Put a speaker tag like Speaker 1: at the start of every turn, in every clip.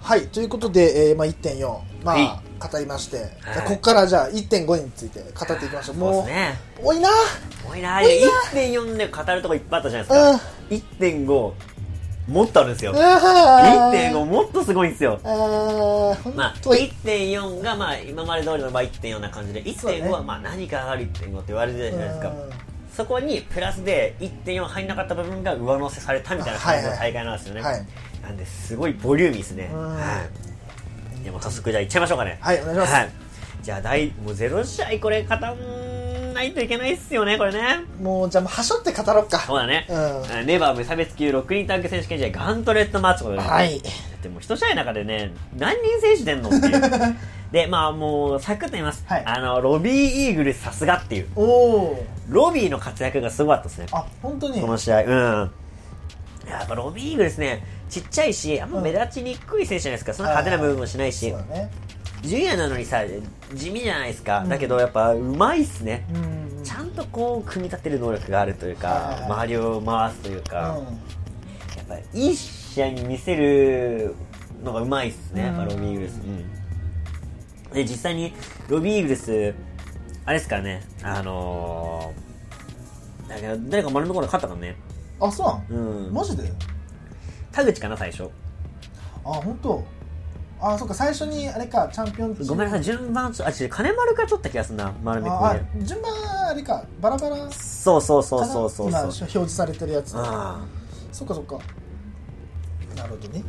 Speaker 1: はいということで、えーまあ、1.4、まあ
Speaker 2: は
Speaker 1: 語りまして、
Speaker 2: はい
Speaker 1: じゃあここからじゃあ1.5について語っていきましょう
Speaker 2: そうで
Speaker 1: も
Speaker 2: す
Speaker 1: う
Speaker 2: ね
Speaker 1: 多いな
Speaker 2: おいな1.4で語るとこいっぱいあったじゃないですか1.5もっとあるんですよ1.5もっとすごいんですよ
Speaker 1: あー
Speaker 2: まあ、
Speaker 1: ほんとい
Speaker 2: 1.4がまあ今まで通りのまあ1.4な感じで
Speaker 1: そうね
Speaker 2: 1.5はまあ何か上がる1.5って言われてるじゃないですか
Speaker 1: うん
Speaker 2: そこにプラスで1.4入んなかった部分が上乗せされたみたいな感じの大会なんですよね、
Speaker 1: はいはい
Speaker 2: なんですごいボリューミーですね、
Speaker 1: うん
Speaker 2: はい、でも早速じゃあいっちゃいましょうかね
Speaker 1: はいお願いします
Speaker 2: じゃあ第もう0試合これ語んないといけないっすよねこれね
Speaker 1: もうじゃあもうはしょって語ろうか
Speaker 2: そうだね、
Speaker 1: う
Speaker 2: ネバー無差別級6人タッグ選手権試合ガントレットマッチこれね
Speaker 1: はい
Speaker 2: でも一試合の中でね何人選手出んのっていう でまあもうサクッと言います、
Speaker 1: はい
Speaker 2: あのロビー・イーグルスさすがっていう
Speaker 1: おお
Speaker 2: ロビーの活躍がすごかったですね
Speaker 1: あ本当に
Speaker 2: この試合うんやっぱロビー・イーグルスねちっちゃいしあんま目立ちにくい選手じゃないですか、その派手な部分もしないし、
Speaker 1: そうだね
Speaker 2: ジュニアなのにさ地味じゃないですか、だけどやっぱうまいっすね、
Speaker 1: うん
Speaker 2: ちゃんとこう組み立てる能力があるという
Speaker 1: は
Speaker 2: か
Speaker 1: い
Speaker 2: 周りを回すというか、
Speaker 1: うん
Speaker 2: やっぱいい試合に見せるのがうまいっす
Speaker 1: う
Speaker 2: ね、
Speaker 1: ん
Speaker 2: やっぱロビー・イーグルス、うんで実際にロビー・イーグルスあれですからねあのーだから誰か丸のコーナー勝ったからね
Speaker 1: あそうなん
Speaker 2: うん
Speaker 1: マジで
Speaker 2: 田口かな最初
Speaker 1: あ本当あそっか最初にあれかチャンピオン
Speaker 2: ごめんなさい順番ちょあ違う金丸かちょった気がするな丸めく
Speaker 1: あ
Speaker 2: んで
Speaker 1: あ順番あれかバラバラかな
Speaker 2: そうそうそうそうそう
Speaker 1: 今
Speaker 2: そう
Speaker 1: 表示されてるやつ
Speaker 2: あ
Speaker 1: そっかそっかなるほどね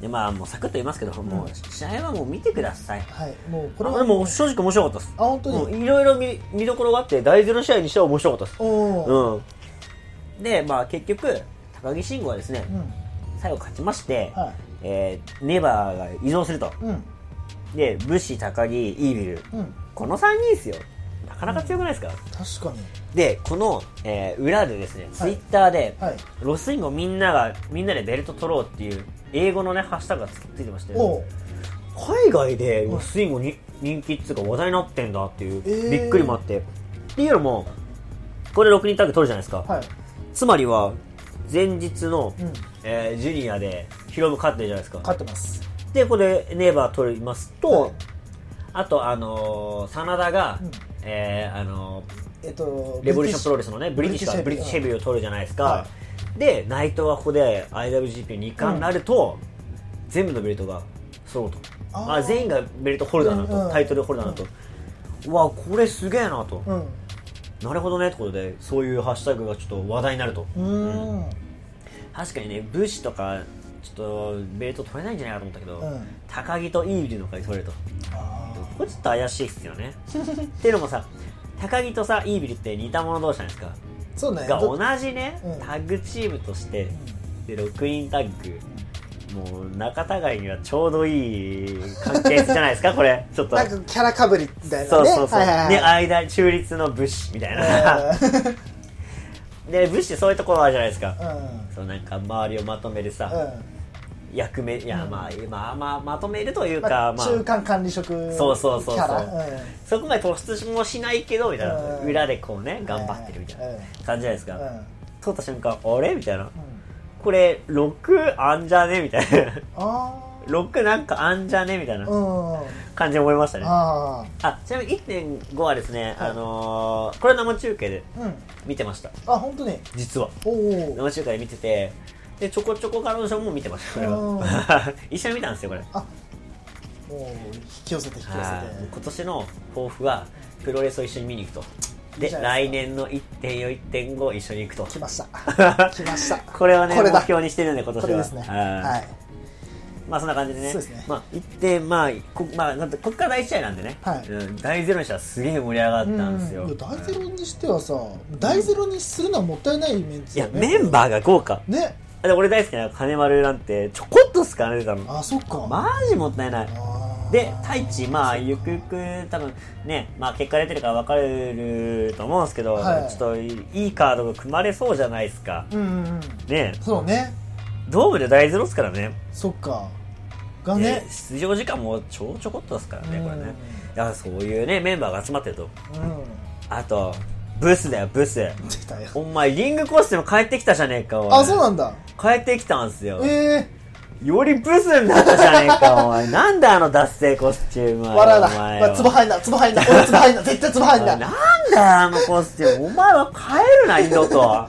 Speaker 2: でまあもうサクッと言いますけど、もう試合はもう見てください
Speaker 1: はいもうこ
Speaker 2: こ
Speaker 1: れ
Speaker 2: れ
Speaker 1: は
Speaker 2: はもう正直面白かったです
Speaker 1: あ本当に
Speaker 2: うんいろいろ見見どころがあって第0試合にしては面白かったです
Speaker 1: おお
Speaker 2: うん、で、まあ、結局高木慎吾はですね、
Speaker 1: うんうん
Speaker 2: 最後勝ちまして、
Speaker 1: はい
Speaker 2: えーネバーが移動すると
Speaker 1: うん
Speaker 2: で武士高木イービル
Speaker 1: うん
Speaker 2: この3人ですよなかなか強くないですか、
Speaker 1: 確かに
Speaker 2: でこの、えー裏でですねツイッターで、
Speaker 1: はい
Speaker 2: ロスインゴみんながみんなでベルト取ろうっていう英語のねハッシュタグがつついてまして
Speaker 1: おう
Speaker 2: 海外でロスインゴに人気っつうか話題になってんだっていう、
Speaker 1: えー
Speaker 2: びっくりもあってっていうのもこれ6人タッグ取るじゃないですか、
Speaker 1: はい
Speaker 2: つまりは前日の、
Speaker 1: うん
Speaker 2: えージュニアでヒロム勝ってるじゃないですか
Speaker 1: 勝ってます
Speaker 2: でここでネバー取りますと、
Speaker 1: はい
Speaker 2: あとあのー真田が、
Speaker 1: うん
Speaker 2: えーあの
Speaker 1: えっと
Speaker 2: ーレボリューションプロレスのねブリティッシュはブ
Speaker 1: ブ
Speaker 2: リ
Speaker 1: リティ
Speaker 2: ティッ
Speaker 1: ッ
Speaker 2: シ
Speaker 1: シ
Speaker 2: ュ
Speaker 1: ュ
Speaker 2: ヘビーを取るじゃないですか、
Speaker 1: は
Speaker 2: で内藤はここで IWGP2 冠になると、全部のベルトが揃うと
Speaker 1: あー
Speaker 2: あ全員がベルトホルダーなのと、
Speaker 1: うんうん
Speaker 2: タイトルホルダーなのと、うわこれすげえなと、
Speaker 1: うん
Speaker 2: なるほどねってことでそういうハッシュタグがちょっと話題になると、
Speaker 1: うーん
Speaker 2: 確かにね武士とかちょっとベルト取れないんじゃないかと思ったけど、
Speaker 1: うん
Speaker 2: 高木とイーグルの回取れると
Speaker 1: あー
Speaker 2: これちょっと怪しいっすよねっていうのもさ高木とさイービルって似た者同士じゃないですか
Speaker 1: そうね
Speaker 2: が
Speaker 1: ど
Speaker 2: 同じね、
Speaker 1: うん
Speaker 2: タッグチームとしてで6人タッグもう仲違いにはちょうどいい関係性じゃないです かこれちょっと
Speaker 1: なんかキャラかぶりみたいな
Speaker 2: そう
Speaker 1: ね
Speaker 2: そうそう、
Speaker 1: はいはい
Speaker 2: で
Speaker 1: はい
Speaker 2: 間中立の武士みたいな
Speaker 1: うん
Speaker 2: で武士ってそういうところあるじゃないですか、
Speaker 1: うん
Speaker 2: そうなんか周りをまとめるさ、役目いや、まあまあまあまとめるという
Speaker 1: ま
Speaker 2: か、
Speaker 1: あ
Speaker 2: まあ、
Speaker 1: 中間管理職キャラ
Speaker 2: そうそうそうそう
Speaker 1: うん
Speaker 2: そこまで突出もしないけどみたいな、
Speaker 1: うん
Speaker 2: 裏でこうね頑張ってるみたいな
Speaker 1: うん
Speaker 2: 感じじゃないですか、
Speaker 1: うん
Speaker 2: 撮った瞬間あれみたいな、これ6あんじゃねみたいな
Speaker 1: あ
Speaker 2: 6なんかあんじゃねみたい
Speaker 1: あ
Speaker 2: な
Speaker 1: うんあ
Speaker 2: 感じで思いましたね、
Speaker 1: あ
Speaker 2: あちなみに1.5はですね、あのーこれ生中継で
Speaker 1: うん
Speaker 2: 見てました
Speaker 1: あ本当に
Speaker 2: 実は
Speaker 1: おお
Speaker 2: 生中継で見ててでちょこちょこ彼女も見てましたこれ
Speaker 1: うん
Speaker 2: は 一緒に見たんですよこれ
Speaker 1: もう引き寄せて引き寄
Speaker 2: はい今年の抱負はプロレスを一緒に見に行くと
Speaker 1: い
Speaker 2: で
Speaker 1: いじゃない
Speaker 2: 来
Speaker 1: で
Speaker 2: 年の1.41.5一緒に行くと
Speaker 1: せて来ました来ました
Speaker 2: これはね
Speaker 1: これだ
Speaker 2: 目標にしてるんで今年
Speaker 1: こ
Speaker 2: は
Speaker 1: れですね
Speaker 2: はい
Speaker 1: はい
Speaker 2: まあそんな感じでね
Speaker 1: そうですね
Speaker 2: まあ一点まあこ,、まあ、なんてこっから第一試合なんでね、
Speaker 1: はい
Speaker 2: うん、第ゼロにしたらすげえ盛り上がったんですよ、
Speaker 1: ういや
Speaker 2: うん
Speaker 1: 大ゼロにしてはさ大ゼロにするのはもったいないメンツ
Speaker 2: い
Speaker 1: だ
Speaker 2: や
Speaker 1: よね
Speaker 2: メンバーが豪華
Speaker 1: ね
Speaker 2: で俺大好きな金丸なんてちょこっとっすからね出たの
Speaker 1: あそっか
Speaker 2: マジもったいない
Speaker 1: あー
Speaker 2: で太一まあゆくゆく多分ねまあ結果出てるから分かると思うんですけど、
Speaker 1: はい
Speaker 2: ちょっといいカードが組まれそうじゃないですか
Speaker 1: うんうんうん
Speaker 2: ね
Speaker 1: そうね
Speaker 2: ドームで大ゼロっすからね
Speaker 1: そっかが
Speaker 2: で
Speaker 1: ね
Speaker 2: 出場時間もちょちょこっとですからね
Speaker 1: うん
Speaker 2: これねだからそういうねメンバーが集まってると
Speaker 1: うん
Speaker 2: あとブスだよブス
Speaker 1: 出たよ
Speaker 2: お前リングコスチューム帰ってきたじゃねえかおい
Speaker 1: あそうなんだ
Speaker 2: 帰ってきたんすよ
Speaker 1: ええ
Speaker 2: よりブスになったじゃねえか、お前。なんであの脱製コスチュームは。
Speaker 1: 笑う
Speaker 2: お
Speaker 1: な。
Speaker 2: 前
Speaker 1: まあ、ツボ入んな、ツボ入んな、俺ツボ入んな、絶対ツボ入ん
Speaker 2: な
Speaker 1: な。
Speaker 2: んだよ、あのコスチューム。お前は変えるな、二度と。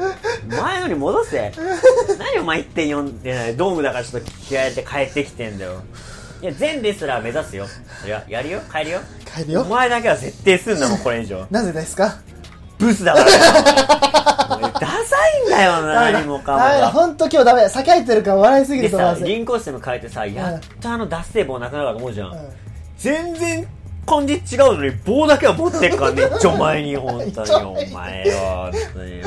Speaker 2: 前のに戻 せ。何お前1.4でない。ドームだからちょっと気合い入れて帰ってきてんだよ。いや、全レスラー目指すよ。いや、やるよ変えるよ
Speaker 1: 帰る
Speaker 2: お
Speaker 1: よ。
Speaker 2: 前だけは設定すんなもん、これ以上。
Speaker 1: なぜですか
Speaker 2: ブスだからだよ。お前ダサいんだよな、何もかも
Speaker 1: ダメだ、
Speaker 2: が。
Speaker 1: ほんと今日ダメだ。栄えてるから笑いすぎ
Speaker 2: で
Speaker 1: ると思
Speaker 2: さ
Speaker 1: わ、せ。
Speaker 2: 銀行システム変えてさ、やっとあの脱製棒なくなるかと思うじゃ
Speaker 1: うん
Speaker 2: ん。全然感じ違うのに棒だけは持ってっからね一丁前に本当に
Speaker 1: 一丁前
Speaker 2: お
Speaker 1: に
Speaker 2: 前よ本当によ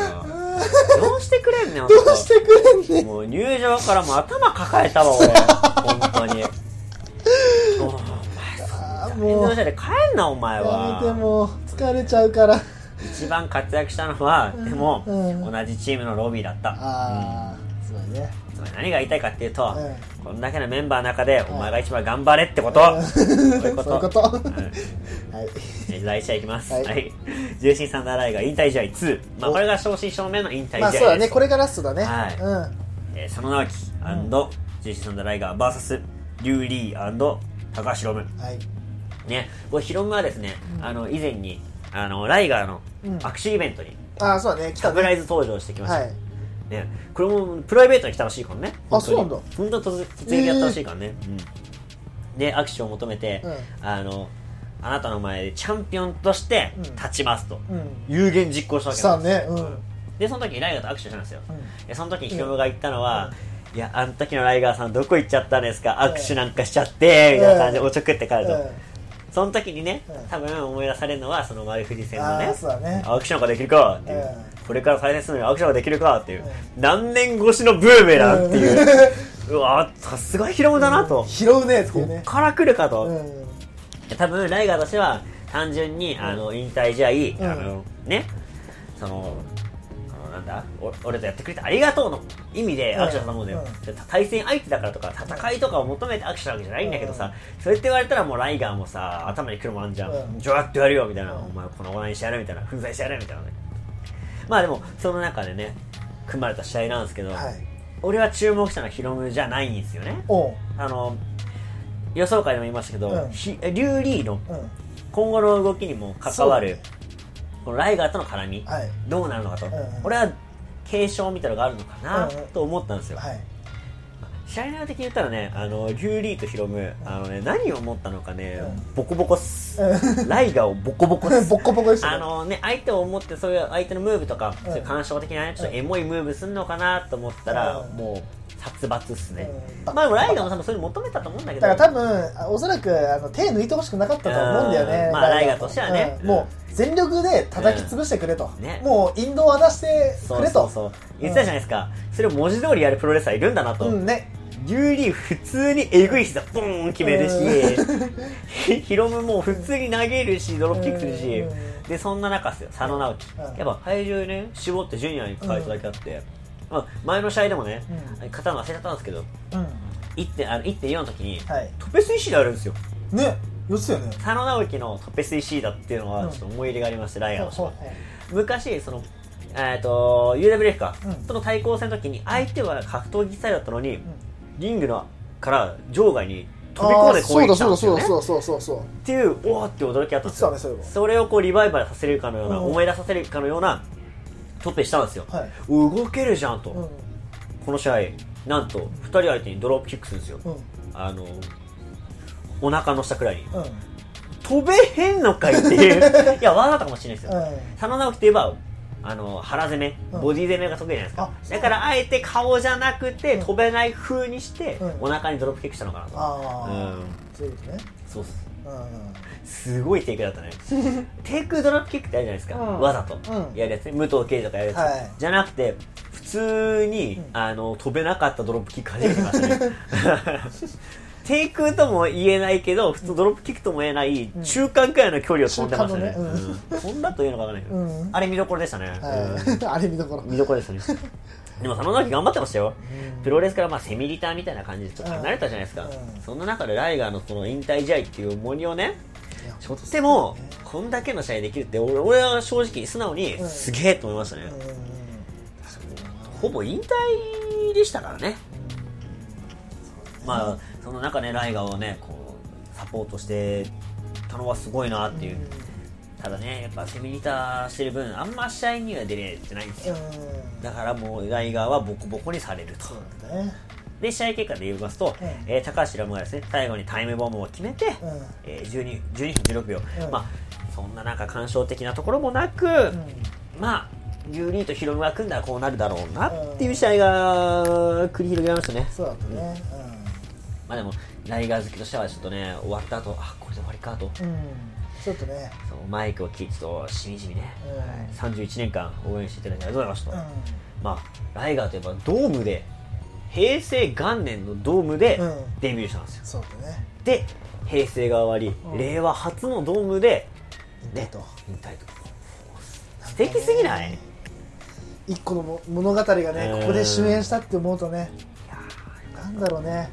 Speaker 2: どうしてくれんねん
Speaker 1: どうしてくれんねん。
Speaker 2: もう入場からもう頭抱えたわ俺本当にお前
Speaker 1: あー
Speaker 2: 運
Speaker 1: もう
Speaker 2: 動し、で帰んなお前
Speaker 1: やめて
Speaker 2: は
Speaker 1: もう、疲れちゃうから。
Speaker 2: 一番活躍したのはでも
Speaker 1: うん
Speaker 2: 同じチームのロビーだった
Speaker 1: あー、すごいね。
Speaker 2: つまり何が言いたいかっていうと
Speaker 1: う
Speaker 2: こんだけのメンバーの中でお前が一番頑張れってこと
Speaker 1: そ
Speaker 2: そういうこ
Speaker 1: そういうことと。は
Speaker 2: うん
Speaker 1: い。
Speaker 2: えー来試合いきます。は。
Speaker 1: はいい
Speaker 2: 重心サンダーライガー引退試合2。まあ、
Speaker 1: お
Speaker 2: これが正真正銘の引退試合
Speaker 1: まあ
Speaker 2: です。
Speaker 1: そうだね、これがラストだね。
Speaker 2: はい
Speaker 1: うん。
Speaker 2: えー佐野直樹重心サンダーライガー VS リュウ・リー高橋ロム。
Speaker 1: はい。
Speaker 2: ね。これ、ヒロムはですね、あの、以前に、あの、ライガーの
Speaker 1: うん
Speaker 2: 握手イベントに、
Speaker 1: あー、そうだね、来
Speaker 2: サ
Speaker 1: た
Speaker 2: プ
Speaker 1: ね。
Speaker 2: ライズ登場してきました。
Speaker 1: はい。
Speaker 2: ね。これも、プライベートに来たらしいからね。
Speaker 1: あ
Speaker 2: 本当に
Speaker 1: そうなんだ
Speaker 2: 本当突突然やったらしいからね。うん。で、握手を求めて、
Speaker 1: う
Speaker 2: あの、あなたの前でチャンピオンとして立ちますと。
Speaker 1: うん。
Speaker 2: 有言実行したわけ
Speaker 1: さ
Speaker 2: な
Speaker 1: あ
Speaker 2: んですよ
Speaker 1: ね、うん。うん
Speaker 2: でその時ライガーと握手したんですよ、でその時ヒロムが言ったのは、いやあの時のライガーさんどこ行っちゃったんですか
Speaker 1: ん
Speaker 2: 握手なんかしちゃってみたいな感じでおちょくって帰ると、
Speaker 1: う
Speaker 2: その時にね
Speaker 1: うん
Speaker 2: 多分思い出されるのはその丸藤
Speaker 1: ん。
Speaker 2: 戦の
Speaker 1: あ
Speaker 2: ね
Speaker 1: ー、そうだね。
Speaker 2: 握手なんかできるかっていう、
Speaker 1: う
Speaker 2: これから再生するのに握手なんかできるかってい
Speaker 1: う
Speaker 2: う、何年越しのブーメランっていう、うわさすがヒロムだなと、
Speaker 1: 拾うね、っていう
Speaker 2: こっ
Speaker 1: ね。
Speaker 2: から来るかと、
Speaker 1: うん。
Speaker 2: 多分ライガーとしては単純にあの引退試合、
Speaker 1: うん
Speaker 2: あのねそのあのなんだお俺とやってくれてありがとうの意味で
Speaker 1: うん
Speaker 2: 握手だと思うんだよ、
Speaker 1: うん
Speaker 2: それ対戦相手だからとか戦いとかを求めて握手したわけじゃないんだけどさ、それって言われたらもうライガーもさ頭にくるもんあんじゃん、
Speaker 1: うん
Speaker 2: ジョワッとやるよみたいな、
Speaker 1: うん
Speaker 2: お前このオナにしてやるみたいな粉砕してやるみたいなねまあでもその中でね組まれた試合なんですけど、
Speaker 1: はい。
Speaker 2: 俺は注目したのはヒロムじゃないんですよね
Speaker 1: おう。
Speaker 2: あの予想会でも言いましたけど、
Speaker 1: うん
Speaker 2: ひリュウリーの
Speaker 1: うん。
Speaker 2: 今後の動きにも関わる
Speaker 1: そ
Speaker 2: このライガーとの絡み
Speaker 1: はい。
Speaker 2: どうなるのかと、
Speaker 1: うんうん
Speaker 2: 俺は継承みたいなのがあるのかな
Speaker 1: うんうん
Speaker 2: と思ったんですよ、
Speaker 1: はい。
Speaker 2: 試合内容的に言ったらねあのリュウリーとヒロムあの、ね、何を思ったのかね、
Speaker 1: うん
Speaker 2: ボコボコっす、
Speaker 1: う
Speaker 2: ライガーをボコボコっ
Speaker 1: ん。
Speaker 2: す
Speaker 1: ボッコボコでしたね。
Speaker 2: あのね、相手を思ってそういう相手のムーブとか、
Speaker 1: うん
Speaker 2: そういう感傷的なねちょっとエモいムーブすんのかなと思ったら、
Speaker 1: うん
Speaker 2: もう殺伐っすね、
Speaker 1: うん
Speaker 2: まあでもライガーも多分それ求めたと思うんだけど
Speaker 1: だから多分おそらくあの手抜いてほしくなかったと思うんだよね
Speaker 2: うんまあライガーとしてはね
Speaker 1: うんもう全力で叩き潰してくれと、
Speaker 2: うんね
Speaker 1: もう引導を渡して
Speaker 2: そ
Speaker 1: く
Speaker 2: う
Speaker 1: れ
Speaker 2: そう
Speaker 1: と
Speaker 2: そう言ってたじゃないですか、それを文字通りやるプロレスラーいるんだなと、
Speaker 1: うんね
Speaker 2: ユーリー普通にえぐい膝ボーン決めるし、 ヒロムも普通に投げるし、ドロップキックするし
Speaker 1: うん、
Speaker 2: で、そんな中ですよ、佐野直樹。
Speaker 1: うん
Speaker 2: やっぱ体重ね、絞ってジュニアに変えただけあって、まあ、前の試合でもね、肩の忘れちゃったんですけど、
Speaker 1: うん
Speaker 2: 1.4あの1.4の時に、
Speaker 1: はい
Speaker 2: トペス EC であるんですよ。
Speaker 1: ねよつよね
Speaker 2: 佐野直樹のトペス EC だっていうのは、
Speaker 1: うん
Speaker 2: ちょっと思い入れがありまして、ライアンの人は
Speaker 1: ほうほ
Speaker 2: 昔、その、えっと、UWF か
Speaker 1: うん、
Speaker 2: との対抗戦の時に、相手は格闘技スタイルだったのに、リングのから場外に飛び込んで攻撃したんですよね。
Speaker 1: そうだそうだそうだそうだそう
Speaker 2: っていう、おおって驚きあったんです
Speaker 1: 実は
Speaker 2: よ
Speaker 1: ね。それも
Speaker 2: それをこうリバイバルさせるかのような、
Speaker 1: うん
Speaker 2: 思い出させるかのようなトッペしたんですよ。
Speaker 1: はい
Speaker 2: 動けるじゃんと、
Speaker 1: うん
Speaker 2: この試合、なんと2人相手にドロップキックするんですよ。
Speaker 1: うん
Speaker 2: あの、お腹の下くらいに。
Speaker 1: うん
Speaker 2: 飛べへんのかいっ ていう。いや、わざとかもしれないですよ。
Speaker 1: うん
Speaker 2: 佐野直樹といえばあの腹攻め、
Speaker 1: うん
Speaker 2: ボディ攻めが得意じゃないですか
Speaker 1: あそう
Speaker 2: だからあえて顔じゃなくて、
Speaker 1: うん
Speaker 2: 飛べない風にして、
Speaker 1: うん
Speaker 2: お腹にドロップキックしたのかなと
Speaker 1: ああ、
Speaker 2: うん
Speaker 1: そういうことね
Speaker 2: そうっす
Speaker 1: う
Speaker 2: すごいテイクだっ たねテイクドロップキックってあるじゃないですか、
Speaker 1: うん
Speaker 2: わざと
Speaker 1: うん
Speaker 2: やるやつね武藤敬司とかやるやつ、
Speaker 1: はい
Speaker 2: じゃなくて普通に、
Speaker 1: うん
Speaker 2: あの飛べなかったドロップキック初めて見ま したね テイクとも言えないけど普通ドロップキックとも言えない
Speaker 1: ん
Speaker 2: 中間くらいの距離を飛んでました
Speaker 1: 中
Speaker 2: ね
Speaker 1: 間のね
Speaker 2: うん飛んだというのかわかんないけど、
Speaker 1: んうん
Speaker 2: あれ見どころでしたね、うん
Speaker 1: はいあれ見どころ
Speaker 2: 見どころですね でも佐野直樹頑張ってましたよ、プロレスからまあセミリターみたいな感じでちょっと離れたじゃないですか、
Speaker 1: うん
Speaker 2: そんな中でライガーのその引退試合っていう重荷をね
Speaker 1: いや
Speaker 2: ちょっとでもこんだけの試合できるって俺俺は正直素直に
Speaker 1: うん
Speaker 2: すげえと思いましたね、
Speaker 1: うんうん
Speaker 2: ほぼ引退でしたからね
Speaker 1: そう
Speaker 2: まあ、その中ね、ライガをね、こう、サポートしてたのはすごいなっていう。ただね、やっぱセミリターしてる分、あんま試合には出れてないんです
Speaker 1: うん
Speaker 2: よ。だからもう、ライガーはボコボコにされると
Speaker 1: そ。うだね
Speaker 2: で、試合結果で言いますと、
Speaker 1: うん
Speaker 2: えー高橋ラムがですね、最後にタイムボムを決めて、
Speaker 1: うん
Speaker 2: えー12, 12分16秒、
Speaker 1: うん
Speaker 2: まあ、そんななんか干渉的なところもなく、まあ、リューリーとヒロムが組んだらこうなるだろうなっていう試合が繰り広げられましたね。
Speaker 1: そうだったね
Speaker 2: まあでも、ライガー好きとしてはちょっとね、終わった後、あ、これで終わりかと。
Speaker 1: うん、うん、ちょっとね
Speaker 2: そうマイクを聞いてちょっとしみじみね、
Speaker 1: うん
Speaker 2: はい、31年間応援していただいてありがとうございました
Speaker 1: う
Speaker 2: と、
Speaker 1: ん
Speaker 2: まあ、ライガーといえばドームで平成元年のドームで
Speaker 1: うん
Speaker 2: デビューしたんですよ、
Speaker 1: そうだね
Speaker 2: で平成が終わり、
Speaker 1: うん
Speaker 2: 令和初のドームで
Speaker 1: 引
Speaker 2: ね
Speaker 1: 退と
Speaker 2: 引退と素敵すぎないいや
Speaker 1: 一個の物語がね
Speaker 2: うん
Speaker 1: ここで終演したって思うとねなんだろうね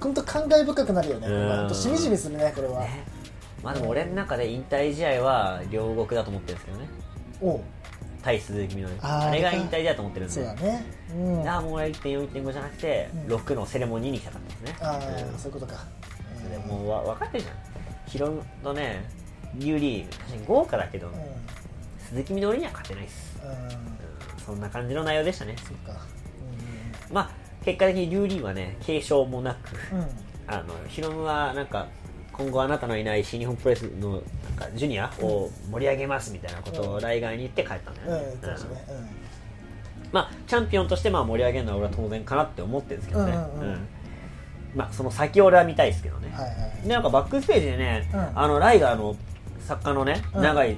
Speaker 1: 本当感慨深くなるよねこれは
Speaker 2: うん
Speaker 1: ほんとしみじみするねこれ
Speaker 2: ー
Speaker 1: は
Speaker 2: ねまあでも俺の中で引退試合は両国だと思ってるんですけどね
Speaker 1: おう
Speaker 2: 対鈴木みのり
Speaker 1: あー
Speaker 2: あれが
Speaker 1: あれか
Speaker 2: 引退試合だと思ってるん
Speaker 1: そう
Speaker 2: で
Speaker 1: だねうん
Speaker 2: じゃ
Speaker 1: あ
Speaker 2: あもう俺1.4.5じゃなくて、
Speaker 1: うん
Speaker 2: 6のセレモニーに来たかったんですね
Speaker 1: あ
Speaker 2: うん
Speaker 1: そういうことか
Speaker 2: でもうわ分かってるじゃんヒロムのね有利確かに豪華だけど、
Speaker 1: うんうん
Speaker 2: 鈴木みのりには勝てないです、うんそんな感じの内容でしたね
Speaker 1: そっか
Speaker 2: まあ結果的にリュウリーはね継承もなく
Speaker 1: うんうん
Speaker 2: あのヒロムはなんか今後あなたのいない新日本プロレスのなんかジュニアを盛り上げますみたいなこと
Speaker 1: う
Speaker 2: を
Speaker 1: ん
Speaker 2: 来外に言って帰ったんだよ
Speaker 1: うん
Speaker 2: ね、
Speaker 1: うん
Speaker 2: うん
Speaker 1: そうですね
Speaker 2: まあチャンピオンとしてまあ盛り上げるのは俺は当然かなって思ってるんですけどね、
Speaker 1: うんうんうん
Speaker 2: まあその先を俺は見たいですけどね、
Speaker 1: うんはいはい
Speaker 2: でなんかバックステージでね、
Speaker 1: うん
Speaker 2: あのライガーの作家のね、
Speaker 1: うん
Speaker 2: 長井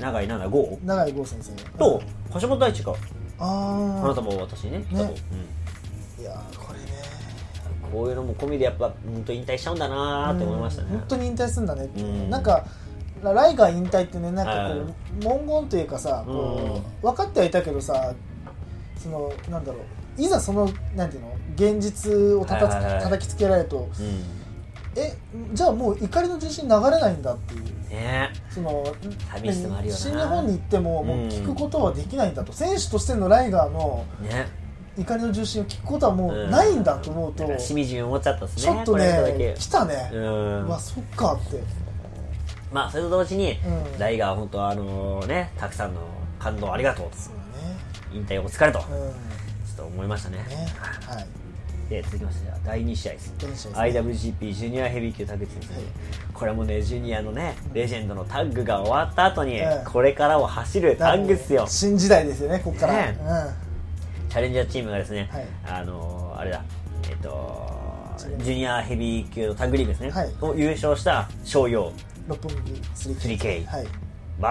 Speaker 2: 長井7号
Speaker 1: 永井剛先生
Speaker 2: と橋本大地が
Speaker 1: ああ
Speaker 2: 花束を私にね来たと、
Speaker 1: ねいやーこれね
Speaker 2: うん、こういうのも込みでやっぱ本当引退しちゃうんだなーって思いましたね、
Speaker 1: うん本当に引退するんだね
Speaker 2: うん
Speaker 1: なんかラライガー引退ってねなんかこう文言というかさこう分かってはいたけどさそのなんだろういざそのなんていうの現実をたたつ
Speaker 2: はいはいはい
Speaker 1: 叩きつけられると
Speaker 2: うん
Speaker 1: えじゃあもう怒りの重心流れないんだっていう
Speaker 2: ね
Speaker 1: その
Speaker 2: 寂しさもあるよな
Speaker 1: 新日本に行ってももう聞くことはできないんだと、選手としてのライガーの
Speaker 2: えね
Speaker 1: 怒りの重心を聞くことはもうないんだと思うと、
Speaker 2: なんかしみじみ思っちゃったっすね
Speaker 1: ちょっと
Speaker 2: これだ
Speaker 1: ね
Speaker 2: け
Speaker 1: 来たね
Speaker 2: う、
Speaker 1: うんわそっかって
Speaker 2: まあそれと同時に、
Speaker 1: うん
Speaker 2: ライガー本当はあのねたくさんの感動ありがとうと
Speaker 1: そうだ
Speaker 2: 引退お疲れと、ちょ
Speaker 1: ね
Speaker 2: っと思いましたね
Speaker 1: うんねはい
Speaker 2: で続きましてじゃあ第2試合です
Speaker 1: 電車ですね
Speaker 2: IWGP ジュニアヘビー級タッグチームですね
Speaker 1: はい
Speaker 2: これもねジュニアのねレジェンドのタッグが終わった後に、
Speaker 1: うん
Speaker 2: これからを走るタッグっすよチ
Speaker 1: 新時代ですよねこっから、
Speaker 2: ねャレンジャーチームがですね、
Speaker 1: はい
Speaker 2: あのーあれだえっと
Speaker 1: チャレンジ
Speaker 2: ジュニアヘビー級のタッグリーグですね、
Speaker 1: はい
Speaker 2: を優勝した翔陽
Speaker 1: うん六本木 3K,
Speaker 2: 3K
Speaker 1: はい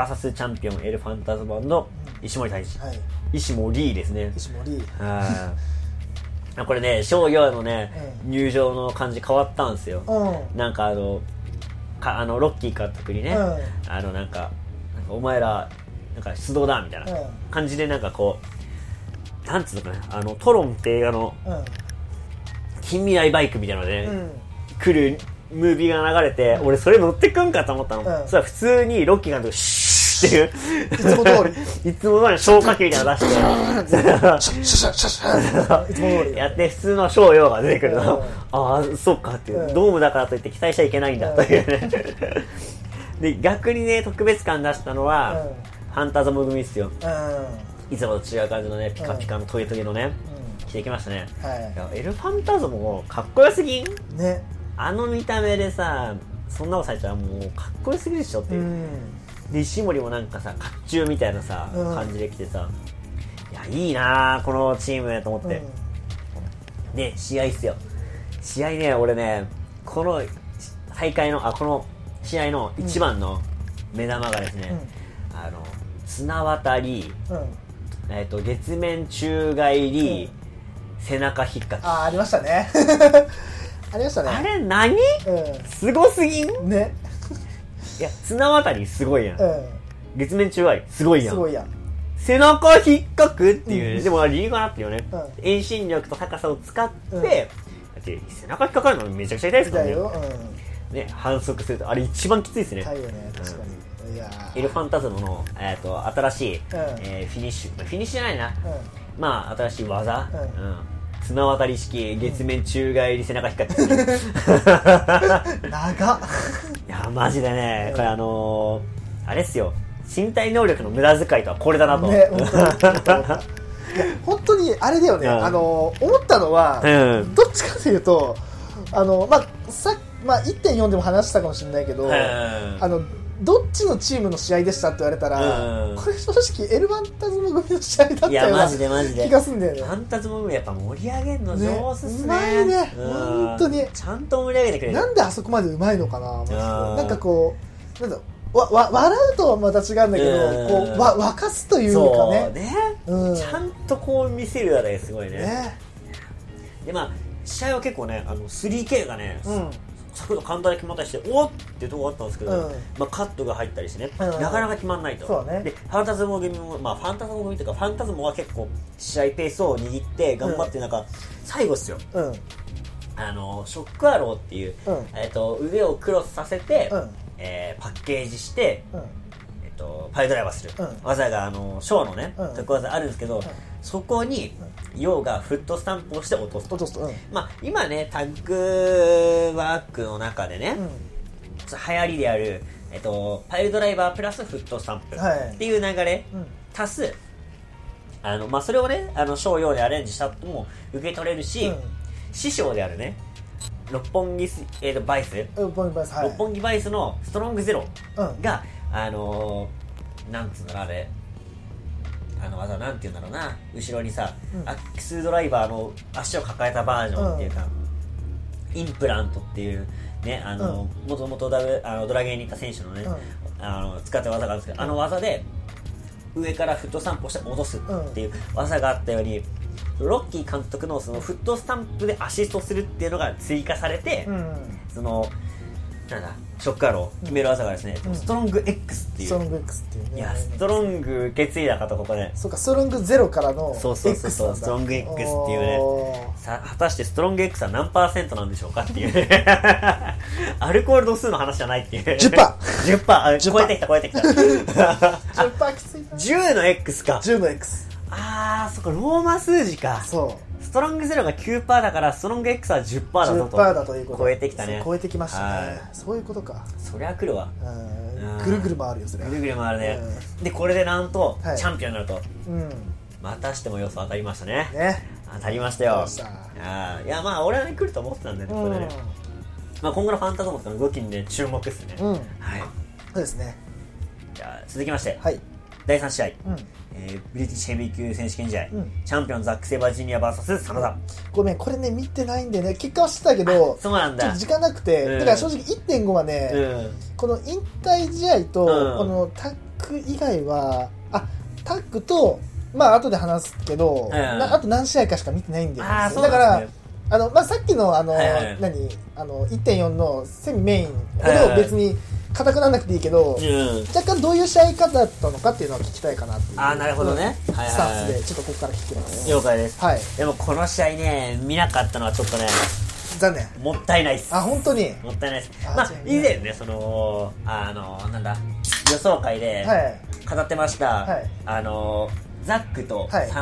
Speaker 2: VS チャンピオンエルファンタズマンの石森大治、
Speaker 1: はい
Speaker 2: 石森ですね
Speaker 1: 石森
Speaker 2: はいこれね翔陽のね、
Speaker 1: う
Speaker 2: 入場の感じ変わったんですよ、
Speaker 1: うん
Speaker 2: なんかあのかあのロッキー監督にね、
Speaker 1: う
Speaker 2: あのなんかなんかお前らなんか出動だみたいな
Speaker 1: うん
Speaker 2: 感じでなんかこうなんつうのかなあのトロンって映画の
Speaker 1: うん
Speaker 2: 近未来バイクみたいなので、
Speaker 1: う
Speaker 2: ね
Speaker 1: ん
Speaker 2: 来るムービーが流れて、俺それ乗ってくんかと思ったの、
Speaker 1: うん
Speaker 2: そしたら普通にロッキー監督シューっていう
Speaker 1: いつも通
Speaker 2: り いつも通りの消火器みたいなの 出して
Speaker 1: シャッシャッシャッシャッシャッいつも通り
Speaker 2: やって普通の商用が出てくるの、
Speaker 1: うん
Speaker 2: ああそうかっていう、
Speaker 1: うん
Speaker 2: ドームだからといって期待しちゃいけないんだ
Speaker 1: うん
Speaker 2: というね、 で逆にね特別感出したのは、ハンターザム組ですよ
Speaker 1: う
Speaker 2: いつもと違う感じのねピカピカのトゲトゲのね、着てきました
Speaker 1: ん
Speaker 2: ね
Speaker 1: うんはい
Speaker 2: いやエルファンタズムもかっこよすぎん
Speaker 1: ね
Speaker 2: あの見た目でさそんなことされたらもうかっこよすぎるでしょって
Speaker 1: う
Speaker 2: いう、
Speaker 1: ん
Speaker 2: で石森もなんかさ甲冑みたいなさ、
Speaker 1: うん
Speaker 2: 感じで来てさいやいいなあこのチームやと思って、で試合っすよ試合ね俺ねこの大会のあこの試合の一番の目玉がですね、あの綱渡り、
Speaker 1: うんうん
Speaker 2: えっと月面宙返り、背中引っか
Speaker 1: あーありましたねありました
Speaker 2: きあ
Speaker 1: ね
Speaker 2: れ何すごすぎんい
Speaker 1: うんね
Speaker 2: や綱渡りすごいやん、
Speaker 1: う
Speaker 2: 月面宙返りすごい
Speaker 1: ん
Speaker 2: や
Speaker 1: す
Speaker 2: ん
Speaker 1: ごいやん
Speaker 2: 背中引っかくっていうね、
Speaker 1: うん
Speaker 2: でもあれ理由がなってるよね、
Speaker 1: う
Speaker 2: 遠心力と高さを使って、
Speaker 1: うん
Speaker 2: だって背中引っかかるのめちゃくちゃ痛いですから
Speaker 1: だ
Speaker 2: ね
Speaker 1: よ
Speaker 2: ね反則するとあれ一番きついです
Speaker 1: う
Speaker 2: ね、
Speaker 1: ん太陽ね確かにいや
Speaker 2: エルファンタズムの、えー、と新しい、
Speaker 1: うん
Speaker 2: えーフィニッシュまあフィニッシュじゃないな、
Speaker 1: ー
Speaker 2: まあ新しい技、
Speaker 1: う
Speaker 2: うんん綱渡り式月面宙返り背中光ってる
Speaker 1: 長っ
Speaker 2: いやマジでねこれあのー、あれっすよ身体能力の無駄遣いとはこれだなと、
Speaker 1: ね本当 にいや本当にあれだよね、
Speaker 2: うん
Speaker 1: あの思ったのは、
Speaker 2: うん
Speaker 1: どっちかというとあの、まあさまあ、1.4でも話したかもしれないけど、
Speaker 2: うん
Speaker 1: あのどっちのチームの試合でしたって言われたら、
Speaker 2: うん
Speaker 1: これ正直エルバンタズム組の試合だった
Speaker 2: いや
Speaker 1: よう
Speaker 2: マ
Speaker 1: な
Speaker 2: ジでマジで
Speaker 1: 気がすんだよね
Speaker 2: ファンタズモグやっぱ盛り上げるの上手っ
Speaker 1: ね
Speaker 2: すね
Speaker 1: うまいね
Speaker 2: うん
Speaker 1: 本当に
Speaker 2: ちゃんと盛り上げてくれる
Speaker 1: なんであそこまでうまいのかなマジで
Speaker 2: うん
Speaker 1: なんかこうなんだろうわわ笑うとはまた違うんだけど、
Speaker 2: うん
Speaker 1: こうわ沸かすというか
Speaker 2: そう
Speaker 1: ね
Speaker 2: ね、
Speaker 1: うん
Speaker 2: ちゃんとこう見せるあたりすごいね
Speaker 1: ね
Speaker 2: でまあ試合は結構ねあの 3K がね、
Speaker 1: うん
Speaker 2: それ簡単に決まったりしておっっていうとこがあったんですけど、
Speaker 1: うん
Speaker 2: まあ、カットが入ったりしてね、
Speaker 1: うん
Speaker 2: なかなか決まらないと
Speaker 1: そうね
Speaker 2: でファンタズモ組も、まあ、ファンタズモ組というかファンタズモは結構試合ペースを握って頑張ってなんか、最後っすよ
Speaker 1: うん
Speaker 2: あのショックアローっていう、
Speaker 1: うん
Speaker 2: えっと腕をクロスさせて、
Speaker 1: うん
Speaker 2: えーパッケージして、
Speaker 1: うん
Speaker 2: えっとパイドライバーする、
Speaker 1: うん
Speaker 2: 技があのショーのね、
Speaker 1: うん
Speaker 2: 特技あるんですけど、そこに、ヨウがフットスタンプをして落とすと
Speaker 1: 落とすとうん
Speaker 2: まあ、今ねタッグワークの中でね、
Speaker 1: う
Speaker 2: 流行りである、えっと、パイルドライバープラスフットスタンプ
Speaker 1: はい
Speaker 2: っていう流れ、
Speaker 1: んうん
Speaker 2: 足すあの、まあ、それをねあの商用でアレンジしたとも受け取れるし、
Speaker 1: うん
Speaker 2: 師匠であるね六本木ス、えっとバイス、
Speaker 1: うんボインバイスはい
Speaker 2: 六本木バイスのストロングゼロ
Speaker 1: うん
Speaker 2: が、あのーなんつうんだろうあれあの技なんて言うんだろうな後ろにさ、
Speaker 1: うん
Speaker 2: アックスドライバーの足を抱えたバージョンっていうか、インプラントっていうねあの、もともとダブあのドラゲーにいた選手のね、
Speaker 1: う
Speaker 2: あの使った技があるんですけど、あの技で上からフットスタンプをして戻すっていう技があったように、ロッキー監督のそのフットスタンプでアシストするっていうのが追加されて、
Speaker 1: うん
Speaker 2: そのなんだショックアロー決める技がですね、
Speaker 1: うん
Speaker 2: ストロング X ってい
Speaker 1: ス
Speaker 2: う、
Speaker 1: トロング X っていうね
Speaker 2: いやストロング受け継いだ方ここね
Speaker 1: そうかストロングゼロからの
Speaker 2: そうそうそうそ
Speaker 1: X な
Speaker 2: う
Speaker 1: んだ
Speaker 2: ストロング X っていうね
Speaker 1: お
Speaker 2: さ果たしてストロング X は何パーセントなんでしょうかっていう ねアルコール度数の話じゃないっていう
Speaker 1: 10%
Speaker 2: 10%あ超えてきた超えてきた
Speaker 1: ー10パーきついな
Speaker 2: 10の X か
Speaker 1: 10の X
Speaker 2: あーそっかローマ数字か
Speaker 1: そう
Speaker 2: ストロングゼロが9%だからストロング X は10%だぞ
Speaker 1: 10%
Speaker 2: と
Speaker 1: だということ
Speaker 2: 超えてきたね
Speaker 1: そう超えてきましたね
Speaker 2: は
Speaker 1: そういうことか
Speaker 2: そりゃ来るわ
Speaker 1: うん
Speaker 2: うん
Speaker 1: ぐるぐる回るよそれ
Speaker 2: ぐるぐる回るね
Speaker 1: う
Speaker 2: でこれでなんと、
Speaker 1: はい
Speaker 2: チャンピオンになると
Speaker 1: うん
Speaker 2: またしても予想当たりましたね
Speaker 1: ね
Speaker 2: 当たりましたよ
Speaker 1: 当たりま
Speaker 2: あーいやまあ俺はね来ると思ってたんでね,、
Speaker 1: う
Speaker 2: ここで
Speaker 1: ん
Speaker 2: ねまあ、今後のファンタズモスの動きにね注目ですね、
Speaker 1: うん
Speaker 2: はい
Speaker 1: そうですね
Speaker 2: じゃあ続きまして、
Speaker 1: はい
Speaker 2: 第3試合、
Speaker 1: うん
Speaker 2: えーブリティッシュヘビー級選手権試合、
Speaker 1: うん
Speaker 2: チャンピオンザック・セイバージュニア VS 真田
Speaker 1: ごめんこれね見てないんでね結果は知ってたけどち
Speaker 2: そうな
Speaker 1: ょ
Speaker 2: ん
Speaker 1: っ
Speaker 2: だ
Speaker 1: と時間なくて
Speaker 2: うん
Speaker 1: だから正直1.5はね
Speaker 2: うん
Speaker 1: この引退試合と、
Speaker 2: うん
Speaker 1: このタッグ以外はあタッグとまあ後で話すけど、
Speaker 2: ん
Speaker 1: なあと何試合かしか見てないんで
Speaker 2: ああそう
Speaker 1: だか
Speaker 2: な
Speaker 1: ら
Speaker 2: んですね
Speaker 1: あの、まあ、さっきのあの、
Speaker 2: はいはい
Speaker 1: 何あの1.4のセミメインこ
Speaker 2: はい
Speaker 1: れ
Speaker 2: はい
Speaker 1: を別に硬くならなくていいけど、
Speaker 2: うん
Speaker 1: 若干どういう試合方だったのかっていうのは聞きたいかなっていう
Speaker 2: あーなるほどね
Speaker 1: うん
Speaker 2: はいはいはい
Speaker 1: スタンスでちょっとここから聞きます
Speaker 2: 了解です、
Speaker 1: はい
Speaker 2: でもこの試合ね見なかったのはちょっとね
Speaker 1: 残念
Speaker 2: もったいないっす
Speaker 1: あ本当に
Speaker 2: もったいないです
Speaker 1: あ
Speaker 2: まあ
Speaker 1: そうね
Speaker 2: 以前ねそのあのなんだ予想会で
Speaker 1: はい
Speaker 2: 語ってました、
Speaker 1: はい
Speaker 2: あのザック
Speaker 1: は
Speaker 2: と真
Speaker 1: い
Speaker 2: 田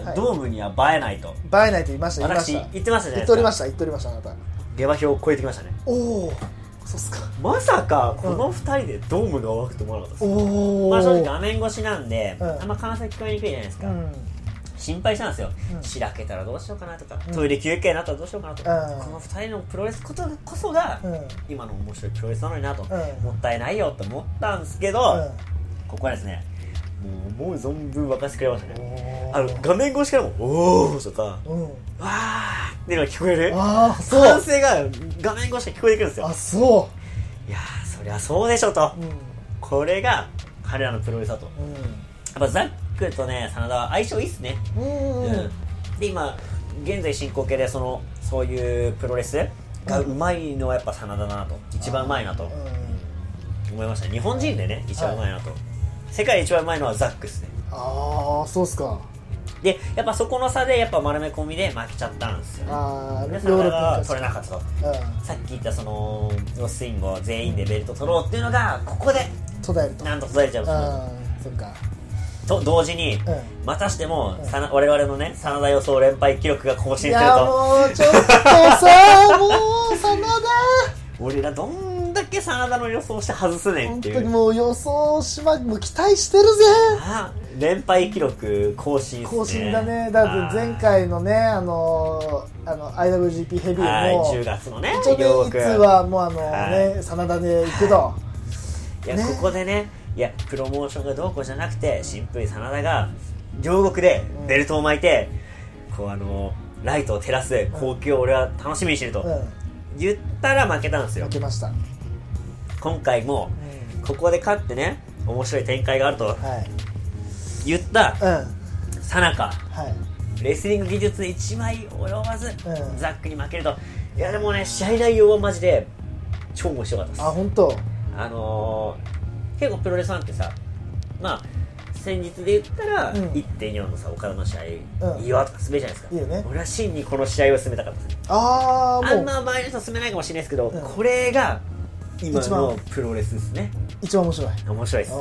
Speaker 1: はい
Speaker 2: ドームには映えないと、
Speaker 1: バえないと言いました言いま
Speaker 2: 私
Speaker 1: した
Speaker 2: 言ってましたじゃな
Speaker 1: 言って
Speaker 2: いですか
Speaker 1: おりました言っておりましたあなた
Speaker 2: 下馬評を超えてきましたね
Speaker 1: おおそうっすか
Speaker 2: まさかこの2人でドームが湧くと思わなかったです、
Speaker 1: おお
Speaker 2: まあ正直画面越しなんで、
Speaker 1: うん
Speaker 2: あんま関西聞こえにくいじゃないです
Speaker 1: う
Speaker 2: か、
Speaker 1: ん
Speaker 2: 心配したんですよ、
Speaker 1: うん
Speaker 2: しらけたらどうしようかなとか、
Speaker 1: うん
Speaker 2: トイレ休憩になったらどうしようかなとか、
Speaker 1: うん
Speaker 2: この2人のプロレスことこそが、
Speaker 1: うん
Speaker 2: 今の面白いプロレスなのになと、
Speaker 1: ん
Speaker 2: もったいないよと思ったんですけど、ここはですねもう思う存分沸かしてくれました
Speaker 1: う
Speaker 2: ね
Speaker 1: ん
Speaker 2: あの画面越しからも「おお」とか「わ
Speaker 1: うん
Speaker 2: あ」っていうのが聞こえる
Speaker 1: ああそ
Speaker 2: 歓
Speaker 1: う
Speaker 2: 声が画面越しから聞こえてくるんですよ
Speaker 1: あそ
Speaker 2: いやーそりゃそうでしょと
Speaker 1: ううん
Speaker 2: これが彼らのプロレスだとやっぱザックとね真田は相性いいっすね
Speaker 1: うんうん
Speaker 2: で今現在進行形でそのそういうプロレスがうまいのはやっぱ真田だなと一番うまいなと思いました日本人でね一番うまいなと、世界で一番うまいのはザックっすね
Speaker 1: ああそうっすか
Speaker 2: でやっぱそこの差でやっぱ丸め込みで負けちゃったんですよね
Speaker 1: ああ
Speaker 2: で
Speaker 1: ヨ
Speaker 2: 真
Speaker 1: ーロ
Speaker 2: 田
Speaker 1: ッパ
Speaker 2: が
Speaker 1: の
Speaker 2: 取れなか
Speaker 1: っ
Speaker 2: ったと
Speaker 1: た
Speaker 2: さっき言ったそのロスインゴ全員でベルト取ろうっていうのがここで
Speaker 1: 途絶えると
Speaker 2: なんと取られちゃうんですよ
Speaker 1: ああそっか
Speaker 2: と同時に、
Speaker 1: うん
Speaker 2: またしても、
Speaker 1: うん
Speaker 2: さな我々のね真田予想連敗記録が更
Speaker 1: い
Speaker 2: 新する
Speaker 1: や
Speaker 2: と
Speaker 1: もうちょっとさもう真田
Speaker 2: 俺らどんだけ真田の予想して外すねんっ
Speaker 1: 本
Speaker 2: て
Speaker 1: 当
Speaker 2: い
Speaker 1: に
Speaker 2: う
Speaker 1: もう予想しまもう期待してるぜ
Speaker 2: あ連敗記録更新っすね
Speaker 1: 更新だねだって前回のねあのあの IWGP ヘビ
Speaker 2: はい
Speaker 1: ーも
Speaker 2: 10月のね
Speaker 1: 一応ね
Speaker 2: よう
Speaker 1: いつ
Speaker 2: く
Speaker 1: はもうあの
Speaker 2: は
Speaker 1: ね真田で行くと
Speaker 2: いや、
Speaker 1: ね
Speaker 2: ここでねいやプロモーションがどうこうじゃなくて新婦真田が両国でベルトを巻いて、こうあのライトを照らす光景を俺は楽しみにしてると、
Speaker 1: う
Speaker 2: 言ったら負けたんです
Speaker 1: ん
Speaker 2: よ
Speaker 1: 負けました、うん
Speaker 2: 今回もここで勝ってね面白い展開があると
Speaker 1: はい
Speaker 2: 言った
Speaker 1: うん
Speaker 2: さなか
Speaker 1: はい
Speaker 2: レスリング技術で一枚及ばず、
Speaker 1: ん
Speaker 2: ザックに負けるといやでもね試合内容はマジで超面白かったです
Speaker 1: あ本当
Speaker 2: あのー、結構プロレスファンってさまあ先日で言ったら、
Speaker 1: うん
Speaker 2: 1.4のさ岡田の試合、
Speaker 1: うん
Speaker 2: 岩とか進めるじゃないですか
Speaker 1: いいよね
Speaker 2: 俺は真にこの試合を進めたかったです
Speaker 1: ああ
Speaker 2: あ
Speaker 1: も
Speaker 2: ん
Speaker 1: う
Speaker 2: ま周りの人は進めないかもしれないですけど、
Speaker 1: うん
Speaker 2: これが今
Speaker 1: 一
Speaker 2: の
Speaker 1: 番
Speaker 2: プロレスですね
Speaker 1: 一番面白い
Speaker 2: 面白いです
Speaker 1: あ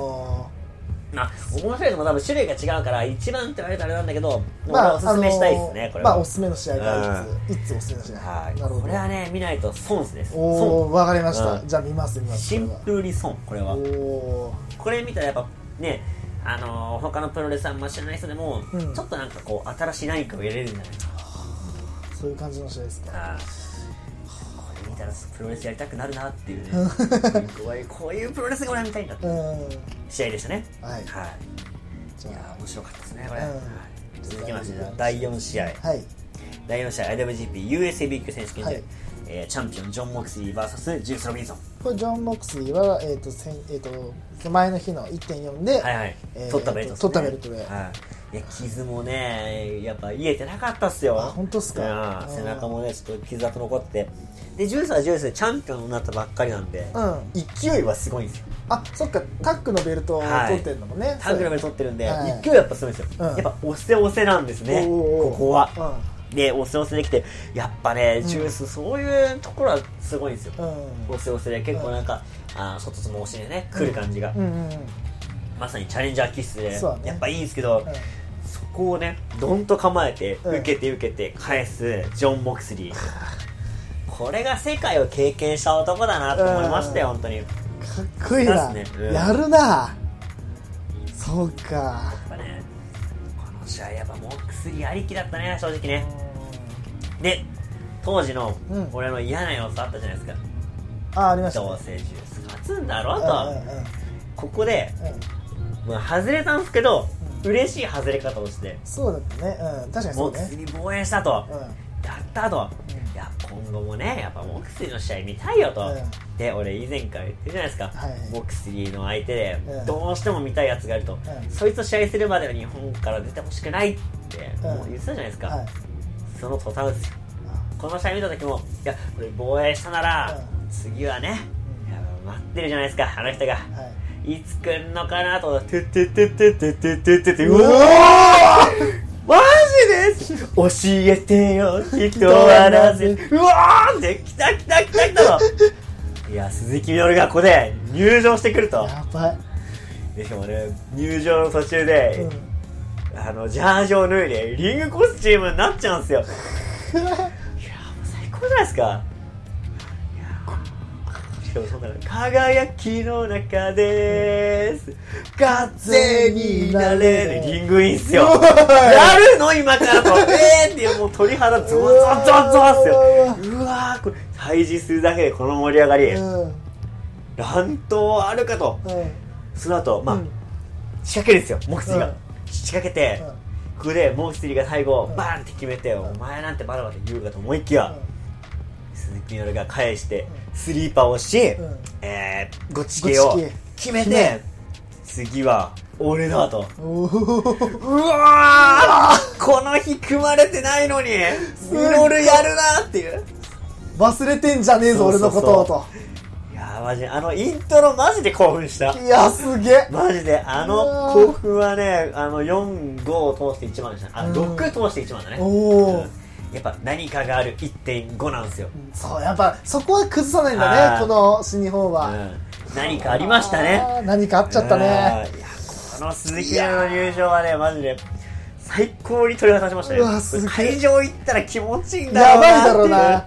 Speaker 2: まあ面白いのも多分種類が違うから一番って言われたらあれなんだけど、
Speaker 1: ー
Speaker 2: まあ、おすすめしたいですね、
Speaker 1: あのー
Speaker 2: これ
Speaker 1: ま
Speaker 2: は、
Speaker 1: あおすすめの試合がいついつおすすめの試合
Speaker 2: はい
Speaker 1: なるほど
Speaker 2: これはね見ないと損っすです
Speaker 1: お
Speaker 2: 損
Speaker 1: おわかりました、
Speaker 2: うん
Speaker 1: じゃあ見ます見ます
Speaker 2: シ
Speaker 1: これ
Speaker 2: ン
Speaker 1: は
Speaker 2: プルに損これは
Speaker 1: おお
Speaker 2: これ見たらやっぱねあのー他のプロレスさんも知らない人でも、
Speaker 1: うん
Speaker 2: ちょっとなんかこう新しい何かを入れれるんじゃないか
Speaker 1: ーそういう感じの試合ですか
Speaker 2: なあーこれ見たらプロレスやりたくなるなってい うねこういうこういうプロレスが俺は見たいんだって
Speaker 1: うんはい
Speaker 2: 試合でしたね
Speaker 1: じ
Speaker 2: はいい
Speaker 1: ゃ
Speaker 2: やー面白かったですねこれ、
Speaker 1: うん
Speaker 2: はい続きまして
Speaker 1: ちょっと
Speaker 2: 第4試合
Speaker 1: あはい
Speaker 2: 第4試合 IWGPUSA ビッグ選手権で、
Speaker 1: はい
Speaker 2: えーチャンピオンジョン・モクスリー VS ジュース・ロビンソン
Speaker 1: これジョン・モクスリーは、えっと先えっと前の日の1.4で、
Speaker 2: はいはい、
Speaker 1: えー
Speaker 2: 取ったベルトです
Speaker 1: 取
Speaker 2: ね
Speaker 1: ったベルトで
Speaker 2: はい、いや傷もねやっぱ癒えてなかったっすよ
Speaker 1: あ本当っすか
Speaker 2: うん
Speaker 1: うん
Speaker 2: 背中もねちょっと傷跡残っててでジュースはジュースでチャンピオンになったばっかりなんで、
Speaker 1: うん
Speaker 2: 勢いはすごいんですよ
Speaker 1: あそっかタックのベルトを
Speaker 2: は
Speaker 1: 取
Speaker 2: い
Speaker 1: ってんのもね、
Speaker 2: タッグの目取ってるんで、
Speaker 1: はい
Speaker 2: 勢いやっぱすごいんですよ、
Speaker 1: うん
Speaker 2: やっぱ押せ押せなんです
Speaker 1: お
Speaker 2: ね
Speaker 1: ーおー
Speaker 2: ここは、
Speaker 1: は
Speaker 2: で押せ押せできてやっぱね
Speaker 1: うん
Speaker 2: ジュース、そういうところはすごいんですよ、
Speaker 1: うん
Speaker 2: 押せ押せで結構なんか、あー外とも押しでね来る感じが、
Speaker 1: うんうんうんうん
Speaker 2: まさにチャレンジャーキッスで、
Speaker 1: そうだね
Speaker 2: やっぱいいんですけど、そこをねどんと構えて
Speaker 1: うん
Speaker 2: 受けて受けて返すジョン・モクスリーこれが世界を経験した男だなと思いましたよ
Speaker 1: うん
Speaker 2: 本当にやっ
Speaker 1: かっこいいな、
Speaker 2: 出すねうん
Speaker 1: やるなそうか
Speaker 2: ぱねこの試合やっぱモクスリーありきだったね正直ねで当時の
Speaker 1: うん
Speaker 2: 俺の嫌な要素あったじゃないですか、
Speaker 1: あありましたね
Speaker 2: どうせジュース勝つんだろ
Speaker 1: う
Speaker 2: うんと、
Speaker 1: うんうん
Speaker 2: ここで、
Speaker 1: うん
Speaker 2: まあ、外れたんですけど、
Speaker 1: う
Speaker 2: 嬉しい外れ方をして
Speaker 1: そうだったねうん確かにそ
Speaker 2: モ
Speaker 1: う
Speaker 2: ク
Speaker 1: ね
Speaker 2: スリー防衛したと、
Speaker 1: うん
Speaker 2: やったと、
Speaker 1: うん
Speaker 2: いや今後もねやっぱモクスリーの試合見たいよと、
Speaker 1: うん
Speaker 2: で俺以前から言ってるじゃないですか、
Speaker 1: はい
Speaker 2: モクスリーの相手で
Speaker 1: うん
Speaker 2: どうしても見たいやつがいると、
Speaker 1: ん
Speaker 2: そいつと試合するまでは日本から出てほしくないって
Speaker 1: うん
Speaker 2: もう言ってたじゃないですか、
Speaker 1: はい
Speaker 2: その途端ですよこの試合見た時もいやこれ防衛したなら、
Speaker 1: う
Speaker 2: 次はね
Speaker 1: うん
Speaker 2: いや待ってるじゃないですかあの人が
Speaker 1: あはい
Speaker 2: いつ来んのかなと思ってててててててててう
Speaker 1: う
Speaker 2: おー
Speaker 1: わ
Speaker 2: マジで教えてよ人はなぜうわーって来た来た来た来たのいや鈴木みのるがここで入場してくると
Speaker 1: やばい
Speaker 2: でしかもね入場の途中で、あのジャージを脱いでリングコスチュームになっちゃうんですよいやもう最高じゃないですかいやしかもそんなの輝きの中です風になれるリングインっすよ
Speaker 1: うわ
Speaker 2: やるの今からと えーってもう鳥肌ゾワゾワゾワゾワっすようわーこれ対峙するだけでこの盛り上がり
Speaker 1: うんうん
Speaker 2: 乱闘あるかとその後まあ、
Speaker 1: うん
Speaker 2: 仕掛けるんですよモクスリーが、
Speaker 1: うん
Speaker 2: 仕掛けて、
Speaker 1: うん
Speaker 2: ここでモクスリーが最後、
Speaker 1: うん
Speaker 2: バーンって決めて、お前なんてまだまだ言うかと思いきや、鈴木みのるが返して、スリーパーをし、
Speaker 1: うん
Speaker 2: えー、ごちけを
Speaker 1: ごちけ
Speaker 2: 決めて
Speaker 1: 決め
Speaker 2: 次は俺だと
Speaker 1: うんおー
Speaker 2: うわーこの日組まれてないのにミノルやるなっていう
Speaker 1: 忘れてんじゃねえぞ
Speaker 2: そう
Speaker 1: 俺
Speaker 2: そ
Speaker 1: の
Speaker 2: うそう
Speaker 1: ことをと
Speaker 2: いやーマジあのイントロマジで興奮した
Speaker 1: いやすげえ
Speaker 2: マジであ
Speaker 1: う
Speaker 2: の
Speaker 1: わー
Speaker 2: 興奮はねあの45を通して一番でしたねあ
Speaker 1: うん
Speaker 2: 6通して一番だね
Speaker 1: おー
Speaker 2: うんやっぱ何かがある1.5なんですよ、
Speaker 1: そうやっぱそこは崩さないん
Speaker 2: は
Speaker 1: だ
Speaker 2: い
Speaker 1: ねこの新日本
Speaker 2: う
Speaker 1: は
Speaker 2: ん、何かありましたね
Speaker 1: あー何かあっちゃった
Speaker 2: うんい
Speaker 1: ね
Speaker 2: やこあの鈴木の入場はね、マジで、最高に鳥肌立ちましたね。
Speaker 1: うわすげえ
Speaker 2: 会場行ったら気持ちいいんだ
Speaker 1: や
Speaker 2: ろう
Speaker 1: ば
Speaker 2: な。
Speaker 1: いだろうな。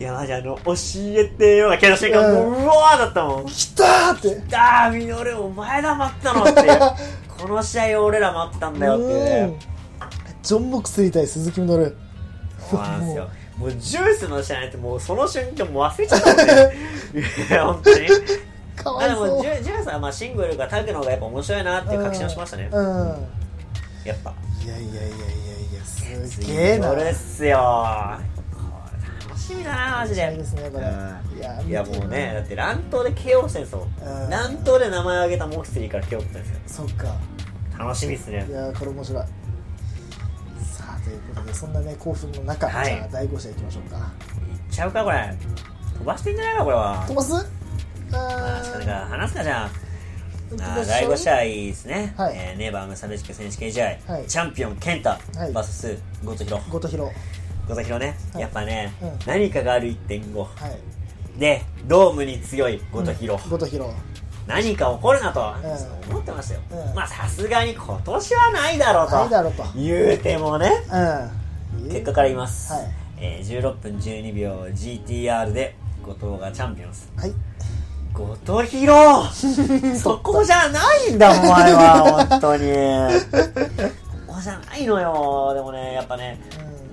Speaker 2: いや、マジあの、教えてよが来た瞬間、
Speaker 1: うん
Speaker 2: もう、うわーだったもん。
Speaker 1: 来たーって
Speaker 2: だー、ミノル、お前ら待ったのって。 この試合俺ら待ったんだよっていう
Speaker 1: う
Speaker 2: ね
Speaker 1: ん。ジョン・ボクスリー対鈴木みのる
Speaker 2: そうなんですよ。もうジュースの試合なんてもうその瞬間もう忘れちゃったもんね。いや、 本 当に。
Speaker 1: か
Speaker 2: ま
Speaker 1: わ
Speaker 2: あ
Speaker 1: い
Speaker 2: で
Speaker 1: そ
Speaker 2: も
Speaker 1: う
Speaker 2: ジュ、ジュースはまあシングルかタッグの方がやっぱ面白いなっていう確信をしましたね。
Speaker 1: うん、うん
Speaker 2: やっぱ。
Speaker 1: いやいやいやいやいやすげえな
Speaker 2: これっすよ。楽しみだな、マジ
Speaker 1: いい
Speaker 2: で
Speaker 1: で。すねこれ
Speaker 2: うん
Speaker 1: いや
Speaker 2: いや
Speaker 1: 見て
Speaker 2: もうね、だって乱闘で KO 戦争。
Speaker 1: うん
Speaker 2: 乱闘で名前を挙げたモクスリーから KO ってたんです
Speaker 1: そ
Speaker 2: よ。
Speaker 1: っか
Speaker 2: 楽しみっすね
Speaker 1: い。やこれ面白いさあということでそんなね興奮の中、
Speaker 2: はい
Speaker 1: じゃあ第5試合いきましょうか
Speaker 2: いっちゃうか、これ。飛ばしてんじゃないか、これは。
Speaker 1: 飛ばす
Speaker 2: あ
Speaker 1: あ
Speaker 2: ー
Speaker 1: ー
Speaker 2: それから話すかじゃあ
Speaker 1: 行き
Speaker 2: あ
Speaker 1: ま
Speaker 2: ー
Speaker 1: し
Speaker 2: 第
Speaker 1: ょう
Speaker 2: 5試合ですね、
Speaker 1: はい
Speaker 2: えーネイバー無差別級選手権試合、
Speaker 1: はい
Speaker 2: チャンピオン健太
Speaker 1: はい
Speaker 2: VS ゴトヒロ
Speaker 1: 後藤弘
Speaker 2: ゴトヒロね、
Speaker 1: はい
Speaker 2: やっぱね、
Speaker 1: うん
Speaker 2: 何かがある1.5
Speaker 1: はい
Speaker 2: でドームに強いゴトヒロ、
Speaker 1: 後藤弘
Speaker 2: 何か起こるなと
Speaker 1: う
Speaker 2: 思ってましたよ、
Speaker 1: うん
Speaker 2: まあさすがに今年はないだろうと
Speaker 1: ないだろうと
Speaker 2: 言うてもね
Speaker 1: うん
Speaker 2: 結果から言います、
Speaker 1: はい
Speaker 2: えー16分12秒 GTR で後藤がチャンピオンです
Speaker 1: はい
Speaker 2: 後藤 弘そこじゃないんだお前は本当にここじゃないのよでもねやっぱね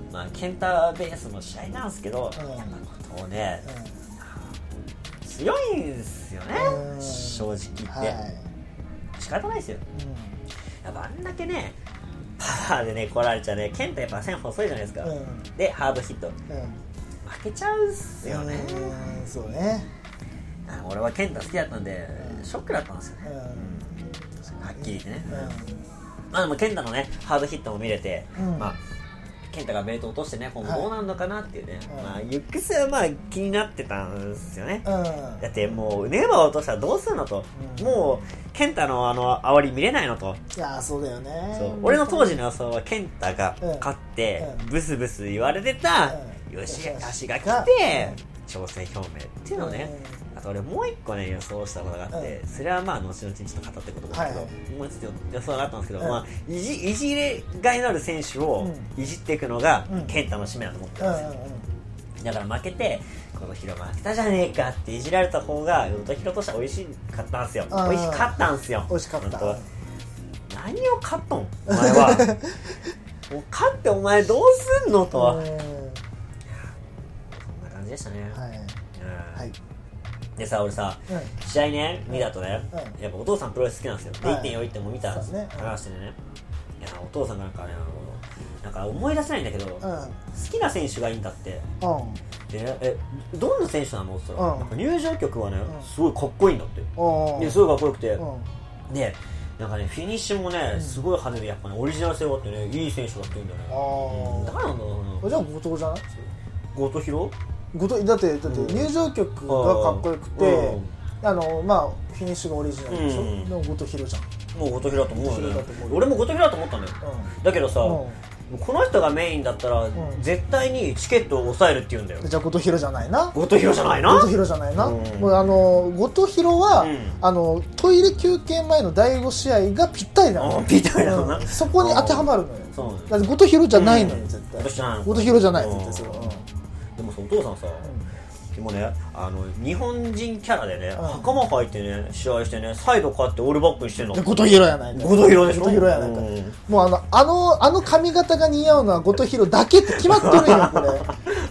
Speaker 1: うん
Speaker 2: まあケンタベースの試合なんですけど、
Speaker 1: うん
Speaker 2: やっぱ後藤ね強いんですよね、
Speaker 1: うん
Speaker 2: 正直言
Speaker 1: うん
Speaker 2: って、
Speaker 1: はい
Speaker 2: 仕方ないですよ
Speaker 1: う
Speaker 2: やっぱあんだけねパワーでね来られちゃねケンタやっぱ線細いじゃないですか、
Speaker 1: んうん
Speaker 2: でハードヒット
Speaker 1: うん
Speaker 2: 負けちゃうんすよね、
Speaker 1: うんそうね
Speaker 2: あ俺はケンタ好きだったんでショックだったんですよね、
Speaker 1: うん
Speaker 2: はっきり言ってね、
Speaker 1: う
Speaker 2: まあでも健太のねハードヒットも見れて、
Speaker 1: うん
Speaker 2: まあ健太がベルト落としてね今後
Speaker 1: はい
Speaker 2: どうなるのかなっていうね、
Speaker 1: うん
Speaker 2: まあユックスはまあ気になってたんですよね、
Speaker 1: ん
Speaker 2: だってもうネバー落としたらどうするのと、
Speaker 1: うん
Speaker 2: もう健太のあの煽り見れないのと、
Speaker 1: いやそうだよね
Speaker 2: そう俺の当時の予想は健太が
Speaker 1: うん
Speaker 2: 勝って、
Speaker 1: うん
Speaker 2: ブスブス言われてた、
Speaker 1: うん
Speaker 2: よし
Speaker 1: よし
Speaker 2: よしが来て、挑戦表明っていうのをね、あと俺もう一個ね予想したことがあって、
Speaker 1: う
Speaker 2: それはまあ後々にちょっと語ってことだけど、
Speaker 1: はいは
Speaker 2: もうちょっと予想があったんですけど、
Speaker 1: うん
Speaker 2: まあ、いじいじれがいのある選手をいじっていくのが
Speaker 1: うん
Speaker 2: 健太の使命だと思って
Speaker 1: うん
Speaker 2: たん
Speaker 1: う
Speaker 2: です
Speaker 1: ん
Speaker 2: よ、
Speaker 1: うん
Speaker 2: だから負けてこの広負けたじゃねえかっていじられた方が音広としては美味しかったんですよ
Speaker 1: うん
Speaker 2: 美味しかったんですよ
Speaker 1: 美味しかった
Speaker 2: 本当何を勝っとんお前 はもう勝ってお前どうすんのと、
Speaker 1: うん
Speaker 2: そんな感じでしたね、
Speaker 1: はい
Speaker 2: うん
Speaker 1: はい
Speaker 2: でさ俺さ、
Speaker 1: うん
Speaker 2: 試合ね見たとね、
Speaker 1: うん
Speaker 2: やっぱお父さんプロレス好きなんですよ、
Speaker 1: はい
Speaker 2: で1.4行っても見た
Speaker 1: そうですね
Speaker 2: 話してねいやお父さんがなんかねあのなんか思い出せないんだけど、
Speaker 1: う
Speaker 2: 好
Speaker 1: ん
Speaker 2: きな選手がいいんだって
Speaker 1: うん
Speaker 2: でえどんな選手なのって言ったら、
Speaker 1: うん
Speaker 2: なんか入場曲はね、
Speaker 1: うん
Speaker 2: すごいかっこいいんだって、
Speaker 1: おー
Speaker 2: ですごいかっこよくて、
Speaker 1: うん
Speaker 2: でなんかねフィニッシュもねすごい派手でやっぱねオリジナル性があってねいい選手だって言うんだよ
Speaker 1: あ
Speaker 2: ね、
Speaker 1: ー
Speaker 2: うん、だからなんだろう
Speaker 1: あじゃあ後藤じゃない
Speaker 2: な後藤弘
Speaker 1: 後藤だってだって
Speaker 2: うん
Speaker 1: 入場曲がかっこよくて
Speaker 2: うん
Speaker 1: あのまあフィニッシュがオリジナルでしょ
Speaker 2: う
Speaker 1: で
Speaker 2: ん
Speaker 1: も後藤弘じゃん
Speaker 2: もう後藤弘だと思うよ
Speaker 1: 後藤弘
Speaker 2: ね
Speaker 1: だと思うよ
Speaker 2: 俺も後藤弘だと思ったんだよだけどさ、
Speaker 1: う
Speaker 2: この人がメインだったら、
Speaker 1: ん
Speaker 2: 絶対にチケットを抑えるって言うんだよ
Speaker 1: うんじゃあ後藤弘じゃないな
Speaker 2: 後藤弘じゃないな
Speaker 1: 後藤弘じゃないな
Speaker 2: うん
Speaker 1: もうあの後藤弘は
Speaker 2: うん
Speaker 1: あのトイレ休憩前の第5試合がぴったりな
Speaker 2: あ
Speaker 1: の
Speaker 2: ーみたいなのな、
Speaker 1: うんそこに当てはま
Speaker 2: る
Speaker 1: るのよ
Speaker 2: そうなんだ
Speaker 1: だって後藤弘じゃないの
Speaker 2: う
Speaker 1: よ
Speaker 2: ん
Speaker 1: 絶対
Speaker 2: 後藤じゃないの
Speaker 1: 後藤弘じゃない
Speaker 2: うん
Speaker 1: 絶対それは
Speaker 2: でもさお父さんさ、でもねあの日本人キャラでね、
Speaker 1: うん
Speaker 2: 袴履いてね試合してねサイド変わってオールバックにしてんの
Speaker 1: で後藤弘やないか
Speaker 2: 後藤弘でしょ
Speaker 1: 後藤弘やないか
Speaker 2: うん
Speaker 1: もうあのあのあの髪型が似合うのは後藤弘だけって決まってるんよこ れ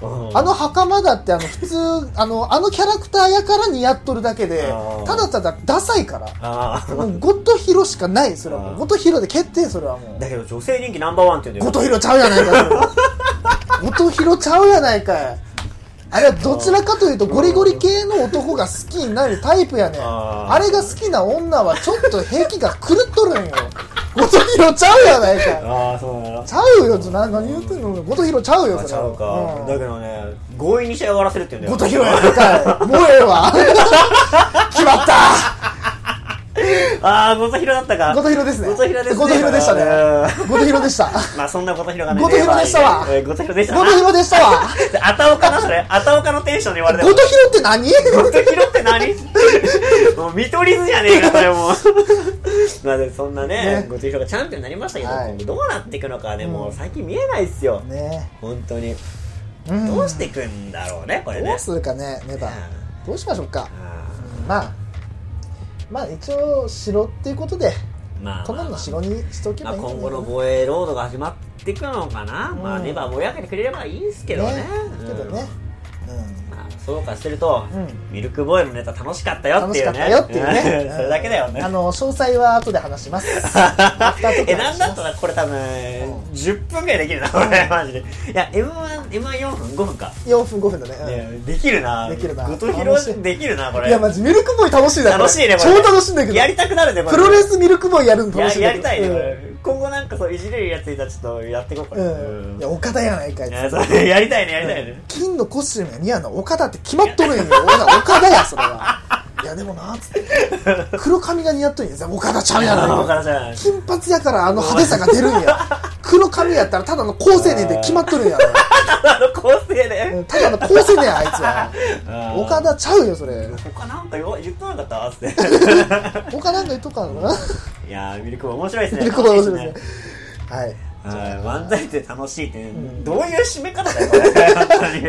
Speaker 2: うん
Speaker 1: あの袴だってあの普通あのあのキャラクターやから似合っとるだけで
Speaker 2: あー
Speaker 1: ただただダサいから
Speaker 2: あー
Speaker 1: もう後藤弘しかないそれは
Speaker 2: あー
Speaker 1: もう後藤弘で決定それはも
Speaker 2: だけど女性人気ナンバーワンって言
Speaker 1: う
Speaker 2: うん
Speaker 1: 後
Speaker 2: だよ
Speaker 1: 藤弘ちゃうやないかそれ後藤弘ちゃうやないかいあれはどちらかというとゴリゴリ系の男が好きになるタイプやねん
Speaker 2: あー
Speaker 1: あれが好きな女はちょっと平気が狂っとるんよ後藤弘ちゃうやないかい
Speaker 2: ああそうだな
Speaker 1: ちゃうよな何言うてんの後藤弘ちゃうよそ
Speaker 2: あ
Speaker 1: れ
Speaker 2: ちゃうか、
Speaker 1: ん
Speaker 2: だけどね強引に試合終わらせるって言うん
Speaker 1: 後
Speaker 2: だよ
Speaker 1: 藤弘やないかいもうええ わ決まった
Speaker 2: ああ後藤弘だったか
Speaker 1: 後藤弘ですね
Speaker 2: 後藤弘です
Speaker 1: 後藤弘でした ね
Speaker 2: うん
Speaker 1: 後藤弘でした
Speaker 2: まあそんな後藤弘がね
Speaker 1: 後藤弘でしたわ
Speaker 2: えー後藤弘でした
Speaker 1: 後藤弘でしたわ
Speaker 2: なあたおかなそれあたおかのテンションで言われ
Speaker 1: 後
Speaker 2: たもん
Speaker 1: 藤弘って何
Speaker 2: 後藤弘って何もう見取り図じゃねえかそれもうまあでそんなね
Speaker 1: ね、
Speaker 2: ご提供がチャンピオンになりましたけど、
Speaker 1: はい
Speaker 2: 今後どうなっていくのかね、
Speaker 1: うん
Speaker 2: もう最近見えないっすよ。
Speaker 1: ね
Speaker 2: 本当に。
Speaker 1: ん
Speaker 2: どうしていくんだろうね、これ
Speaker 1: ど
Speaker 2: ね
Speaker 1: う。するかねメタどうしましょうか
Speaker 2: あ
Speaker 1: まあまあ一応城っていうことで
Speaker 2: ーまあ、
Speaker 1: こんなの城にしとけ
Speaker 2: ま
Speaker 1: ば
Speaker 2: あ
Speaker 1: いいんじゃ
Speaker 2: 今
Speaker 1: ない
Speaker 2: 後
Speaker 1: か
Speaker 2: の
Speaker 1: な
Speaker 2: 防衛ロードが始まっていくのかな、
Speaker 1: うん
Speaker 2: まあネバーぼやけてくれればいいんですけどねうん
Speaker 1: けどね
Speaker 2: まあ、そうかしてると、
Speaker 1: うん
Speaker 2: ミルクボーイのネタ楽しかったよ
Speaker 1: 楽
Speaker 2: って
Speaker 1: し
Speaker 2: い
Speaker 1: かっ
Speaker 2: うね
Speaker 1: たよっていうね
Speaker 2: それだけだよね
Speaker 1: あの詳細は後で話します
Speaker 2: えなんだったらこれ多分、
Speaker 1: ん
Speaker 2: 10分ぐらいできるなこれマジでいや m 1 m 1 4分5分か、
Speaker 1: 4分5分だねうん
Speaker 2: ねできるな
Speaker 1: できるな
Speaker 2: ごとひろ
Speaker 1: 楽しい
Speaker 2: できるなこれ
Speaker 1: いやマジミルクボーイ楽しいだ
Speaker 2: 楽しいねこ
Speaker 1: 超
Speaker 2: れ
Speaker 1: 楽しいんだけど
Speaker 2: やりたくなるねこれ
Speaker 1: プロレスミルクボーイやるの
Speaker 2: や
Speaker 1: 楽しいん
Speaker 2: や
Speaker 1: だけど
Speaker 2: りたいね、こ
Speaker 1: うん
Speaker 2: れ今後なんかそういじれるやついたらちょっとやっていこうかな、
Speaker 1: うん
Speaker 2: うん
Speaker 1: いや岡田やないかい
Speaker 2: い
Speaker 1: つ
Speaker 2: やそうやりたいねやりたいね、
Speaker 1: 金のコスチュームが似合うのは岡田って決まっとるんよ俺ら岡田やそれ はいやでもなつって黒髪が似合っとるんや 岡田ちゃうや
Speaker 2: あ
Speaker 1: ろ
Speaker 2: 分からじゃない
Speaker 1: 金髪やからあの派手さが出るんや黒髪やったらただの高青年で決まっとるんや
Speaker 2: あの構成で、
Speaker 1: うんただの高青年やあいつ は
Speaker 2: あー
Speaker 1: 岡田ちゃうよそれ
Speaker 2: 他なんかよ言ってなかったっつって
Speaker 1: 他なんか言っとかんのか ない
Speaker 2: やーミルクボーイ面白いですね
Speaker 1: ミルクボーイ面白い
Speaker 2: 楽し
Speaker 1: ですねはい
Speaker 2: ですねはい漫才って楽しいって、
Speaker 1: ん
Speaker 2: どういう締め方だよこ れ本当に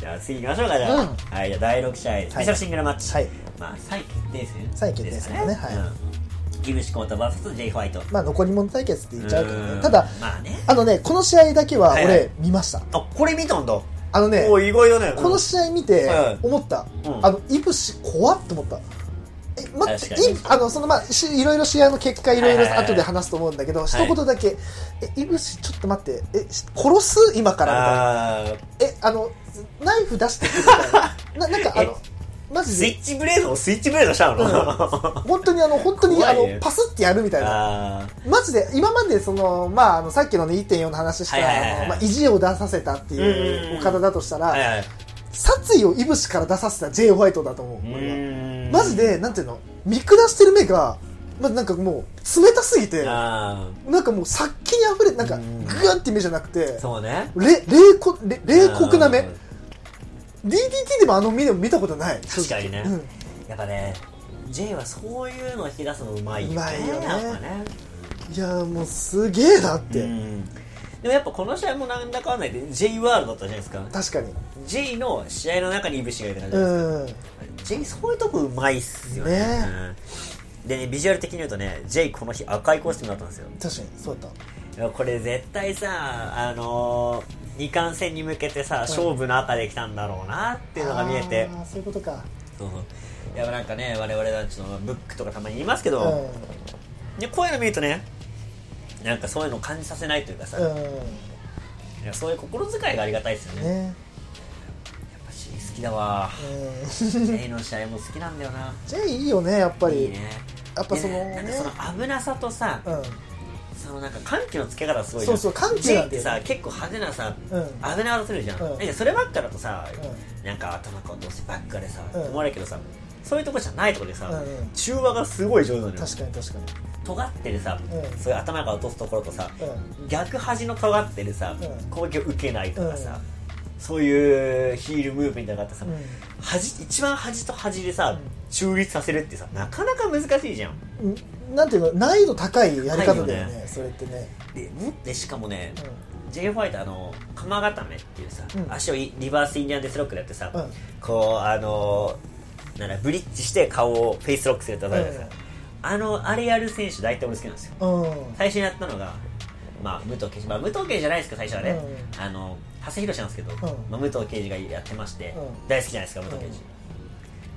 Speaker 2: じゃあ次行きましょうかじゃ
Speaker 1: う
Speaker 2: あ、
Speaker 1: ん
Speaker 2: はいじゃあ第6試合スペシャルシングルマッチ、
Speaker 1: はい
Speaker 2: まあ再決定戦
Speaker 1: 再決定戦だねはい
Speaker 2: うん、ギブシコート VSJ ホワイト
Speaker 1: まあ残り物対決って言っちゃうけど
Speaker 2: うん
Speaker 1: ねただ
Speaker 2: まあね
Speaker 1: あのねこの試合だけは
Speaker 2: はいはい
Speaker 1: 俺見ました
Speaker 2: あこれ見たんだ
Speaker 1: あのね
Speaker 2: お意外だね
Speaker 1: この試合見て
Speaker 2: うん
Speaker 1: 思った、
Speaker 2: うん
Speaker 1: あのイブシ怖って思ったえ待って
Speaker 2: 確かに
Speaker 1: イブあのそのまあしいろいろ試合の結果いろい
Speaker 2: は
Speaker 1: ろ
Speaker 2: いはいはい
Speaker 1: 後で話すと思うんだけど、
Speaker 2: い
Speaker 1: 一言だけ、えイブシちょっと待ってえし殺す今から
Speaker 2: あー
Speaker 1: みたいなえあのナイフ出してくみたいなな なんかあのマジ
Speaker 2: スイ
Speaker 1: で
Speaker 2: ッチブレードをスイッチブレードしたの、
Speaker 1: うん本当にあの本当に、
Speaker 2: 怖
Speaker 1: あ
Speaker 2: いね
Speaker 1: のパスってやるみたいな
Speaker 2: あー
Speaker 1: マジで今までその、まあ、あのさっきの、ね、1.4の話した、
Speaker 2: はいはいはいはい
Speaker 1: あのまあ、意地を出させたって
Speaker 2: うんうんう
Speaker 1: い
Speaker 2: ん
Speaker 1: う岡田だとしたら、
Speaker 2: はいはい
Speaker 1: 殺意をイブシから出させた J. ホワイトだと思う俺
Speaker 2: う
Speaker 1: は
Speaker 2: ーん
Speaker 1: マジでなんていうの見下してる目が、ま、なんかもう冷たすぎてな
Speaker 2: あ
Speaker 1: んかもう殺気にあふれてなんか
Speaker 2: う
Speaker 1: グ
Speaker 2: ん
Speaker 1: ワンって目じゃなくて
Speaker 2: あそうね
Speaker 1: れ冷酷れ冷酷な目
Speaker 2: うん
Speaker 1: DDT でもあの目でも見たことない
Speaker 2: 確かにね、
Speaker 1: うん
Speaker 2: やっぱね J はそういうのを引き出すのうまいよね
Speaker 1: うまいよね
Speaker 2: やっぱね
Speaker 1: いやーもうすげえなって、
Speaker 2: うんでもやっぱこの試合もなんだかんだ言って J ワールドだったじゃないですか
Speaker 1: 確かに
Speaker 2: J の試合の中にイブシがいたじゃないですか、
Speaker 1: うん
Speaker 2: J そういうとこうまいっすよね
Speaker 1: ね
Speaker 2: うんでねビジュアル的に言うとね J この日赤いコスチュームだったんですよ
Speaker 1: 確かにそうだっ
Speaker 2: いやこれ絶対さあのー、二冠戦に向けてさ勝負の赤できたんだろうなっ
Speaker 1: た
Speaker 2: ていうのが見えて、
Speaker 1: あーそういうことか
Speaker 2: そうそういやなんかね我々はちょっとブックとかたまに言いますけ
Speaker 1: う
Speaker 2: ど、
Speaker 1: ん
Speaker 2: でこういうの見るとねなんかそういうのを感じさせないというかさ、
Speaker 1: う
Speaker 2: いやそういう心遣いがありがたいですよね
Speaker 1: んね
Speaker 2: やっぱ J 好きだわ
Speaker 1: うん
Speaker 2: J の試合も好きなんだよな
Speaker 1: J いいよねやっぱり
Speaker 2: いいね
Speaker 1: やっぱその
Speaker 2: でなんかその危なさとさ、
Speaker 1: うん
Speaker 2: そのなんか緩急のつけ方すごい
Speaker 1: そうそう緩急
Speaker 2: J
Speaker 1: な
Speaker 2: っ
Speaker 1: んだ
Speaker 2: て
Speaker 1: よ
Speaker 2: さ結構派手なさ、
Speaker 1: うん
Speaker 2: 危な技するじゃん、
Speaker 1: うん
Speaker 2: なんかそればっかだとさ、
Speaker 1: う
Speaker 2: なんか頭こうどうしてばっかでさ、
Speaker 1: うん
Speaker 2: 思われるけどさそういうとこじゃないとこでさ、
Speaker 1: うんうん
Speaker 2: 中和がすごい上手なのよ
Speaker 1: 確かに確かに
Speaker 2: 尖ってるさ、
Speaker 1: うん
Speaker 2: そういう頭から落とすところとさ、
Speaker 1: う
Speaker 2: 逆端の尖ってるさ、
Speaker 1: うん
Speaker 2: 攻撃を受けないとかさ、そういうヒールムーブみたいなのがあってさ、
Speaker 1: うん
Speaker 2: 端一番端と端でさ、
Speaker 1: うん
Speaker 2: 中立させるってさなかなか難しいじゃん
Speaker 1: んなんていうの難易度高いやり方だよ
Speaker 2: 高いよ
Speaker 1: ねそれってね
Speaker 2: で持ってしかもね、
Speaker 1: うん
Speaker 2: J ファイターの鎌固めっていうさ、
Speaker 1: うん
Speaker 2: 足をリリバースインディアンデスロックでやってさ、
Speaker 1: うん
Speaker 2: こうあのーなんだブリッジして顔をフェイスロックするって技あるじゃ
Speaker 1: う
Speaker 2: ない
Speaker 1: ん
Speaker 2: ですかあのあれやる選手大体俺好きなんですよ
Speaker 1: うん
Speaker 2: 最初にやったのが、まあ、武藤刑事、まあ、武藤刑事じゃないですか最初はね、
Speaker 1: う
Speaker 2: あの長谷博なんですけど、
Speaker 1: ん
Speaker 2: まあ、武藤刑事がやってまして、
Speaker 1: うん
Speaker 2: 大好きじゃないですか武藤刑事、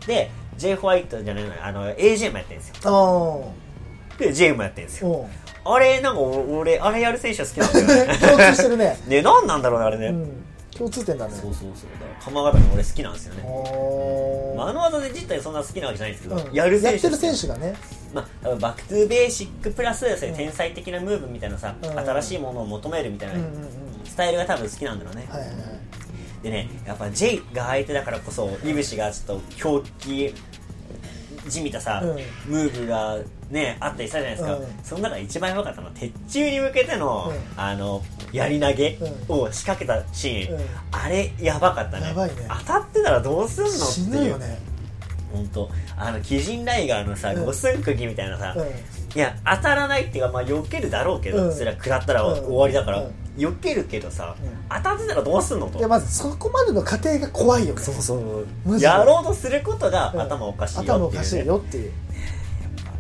Speaker 2: で J ホワイトじゃないのあの AJ もやってるんですよ
Speaker 1: おー
Speaker 2: で J もやってるんですよ
Speaker 1: おー
Speaker 2: あれなんかお俺あれやる選手は好きなんだよ ね
Speaker 1: 共通してる ね
Speaker 2: ね何なんだろうねあれね、
Speaker 1: うん共通点だね
Speaker 2: そうそうそうだから鎌ヶ谷も俺好きなんですよね、
Speaker 1: お
Speaker 2: まあ、
Speaker 1: ー
Speaker 2: あの技で実体そんな好きなわけじゃないんですけど、
Speaker 1: うん
Speaker 2: やる
Speaker 1: や
Speaker 2: 選
Speaker 1: って
Speaker 2: 手
Speaker 1: る選手がね
Speaker 2: まあ、多分バックトゥーベーシックプラスそういう天才的なムーブみたいなさ、
Speaker 1: うん
Speaker 2: 新しいものを求めるみたいな、
Speaker 1: うんうんうん
Speaker 2: スタイルが多分好きなんだろうね、
Speaker 1: はいはいはい
Speaker 2: でねやっぱ J が相手だからこそイブシがちょっと狂気じみたさ、
Speaker 1: うん
Speaker 2: ムーブがねあったりしたじゃないですか、
Speaker 1: うん
Speaker 2: その中で一番良かったのは鉄柱に向けての、
Speaker 1: う
Speaker 2: あのやり投げ
Speaker 1: うん
Speaker 2: を仕掛けたシーン、
Speaker 1: うん
Speaker 2: あれやばかったね
Speaker 1: やばいね
Speaker 2: 当たってたらどうすんのって
Speaker 1: 死
Speaker 2: いう
Speaker 1: ぬよね
Speaker 2: 本当あの鬼人ライガーのさ
Speaker 1: うん
Speaker 2: 五寸釘みたいなさ、
Speaker 1: うん
Speaker 2: いや当たらないっていうかまあ避けるだろうけど、
Speaker 1: うん
Speaker 2: それは食らったら
Speaker 1: うん
Speaker 2: 終わりだから、
Speaker 1: うん
Speaker 2: 避けるけどさ、
Speaker 1: うん
Speaker 2: 当たってたらどうすんのと
Speaker 1: でまずそこまでの過程が怖いよね
Speaker 2: そうそう
Speaker 1: マジで
Speaker 2: やろうとすることが
Speaker 1: うん
Speaker 2: 頭おかしいよっていう、
Speaker 1: 頭
Speaker 2: ね
Speaker 1: おかしいよっていう
Speaker 2: やっぱね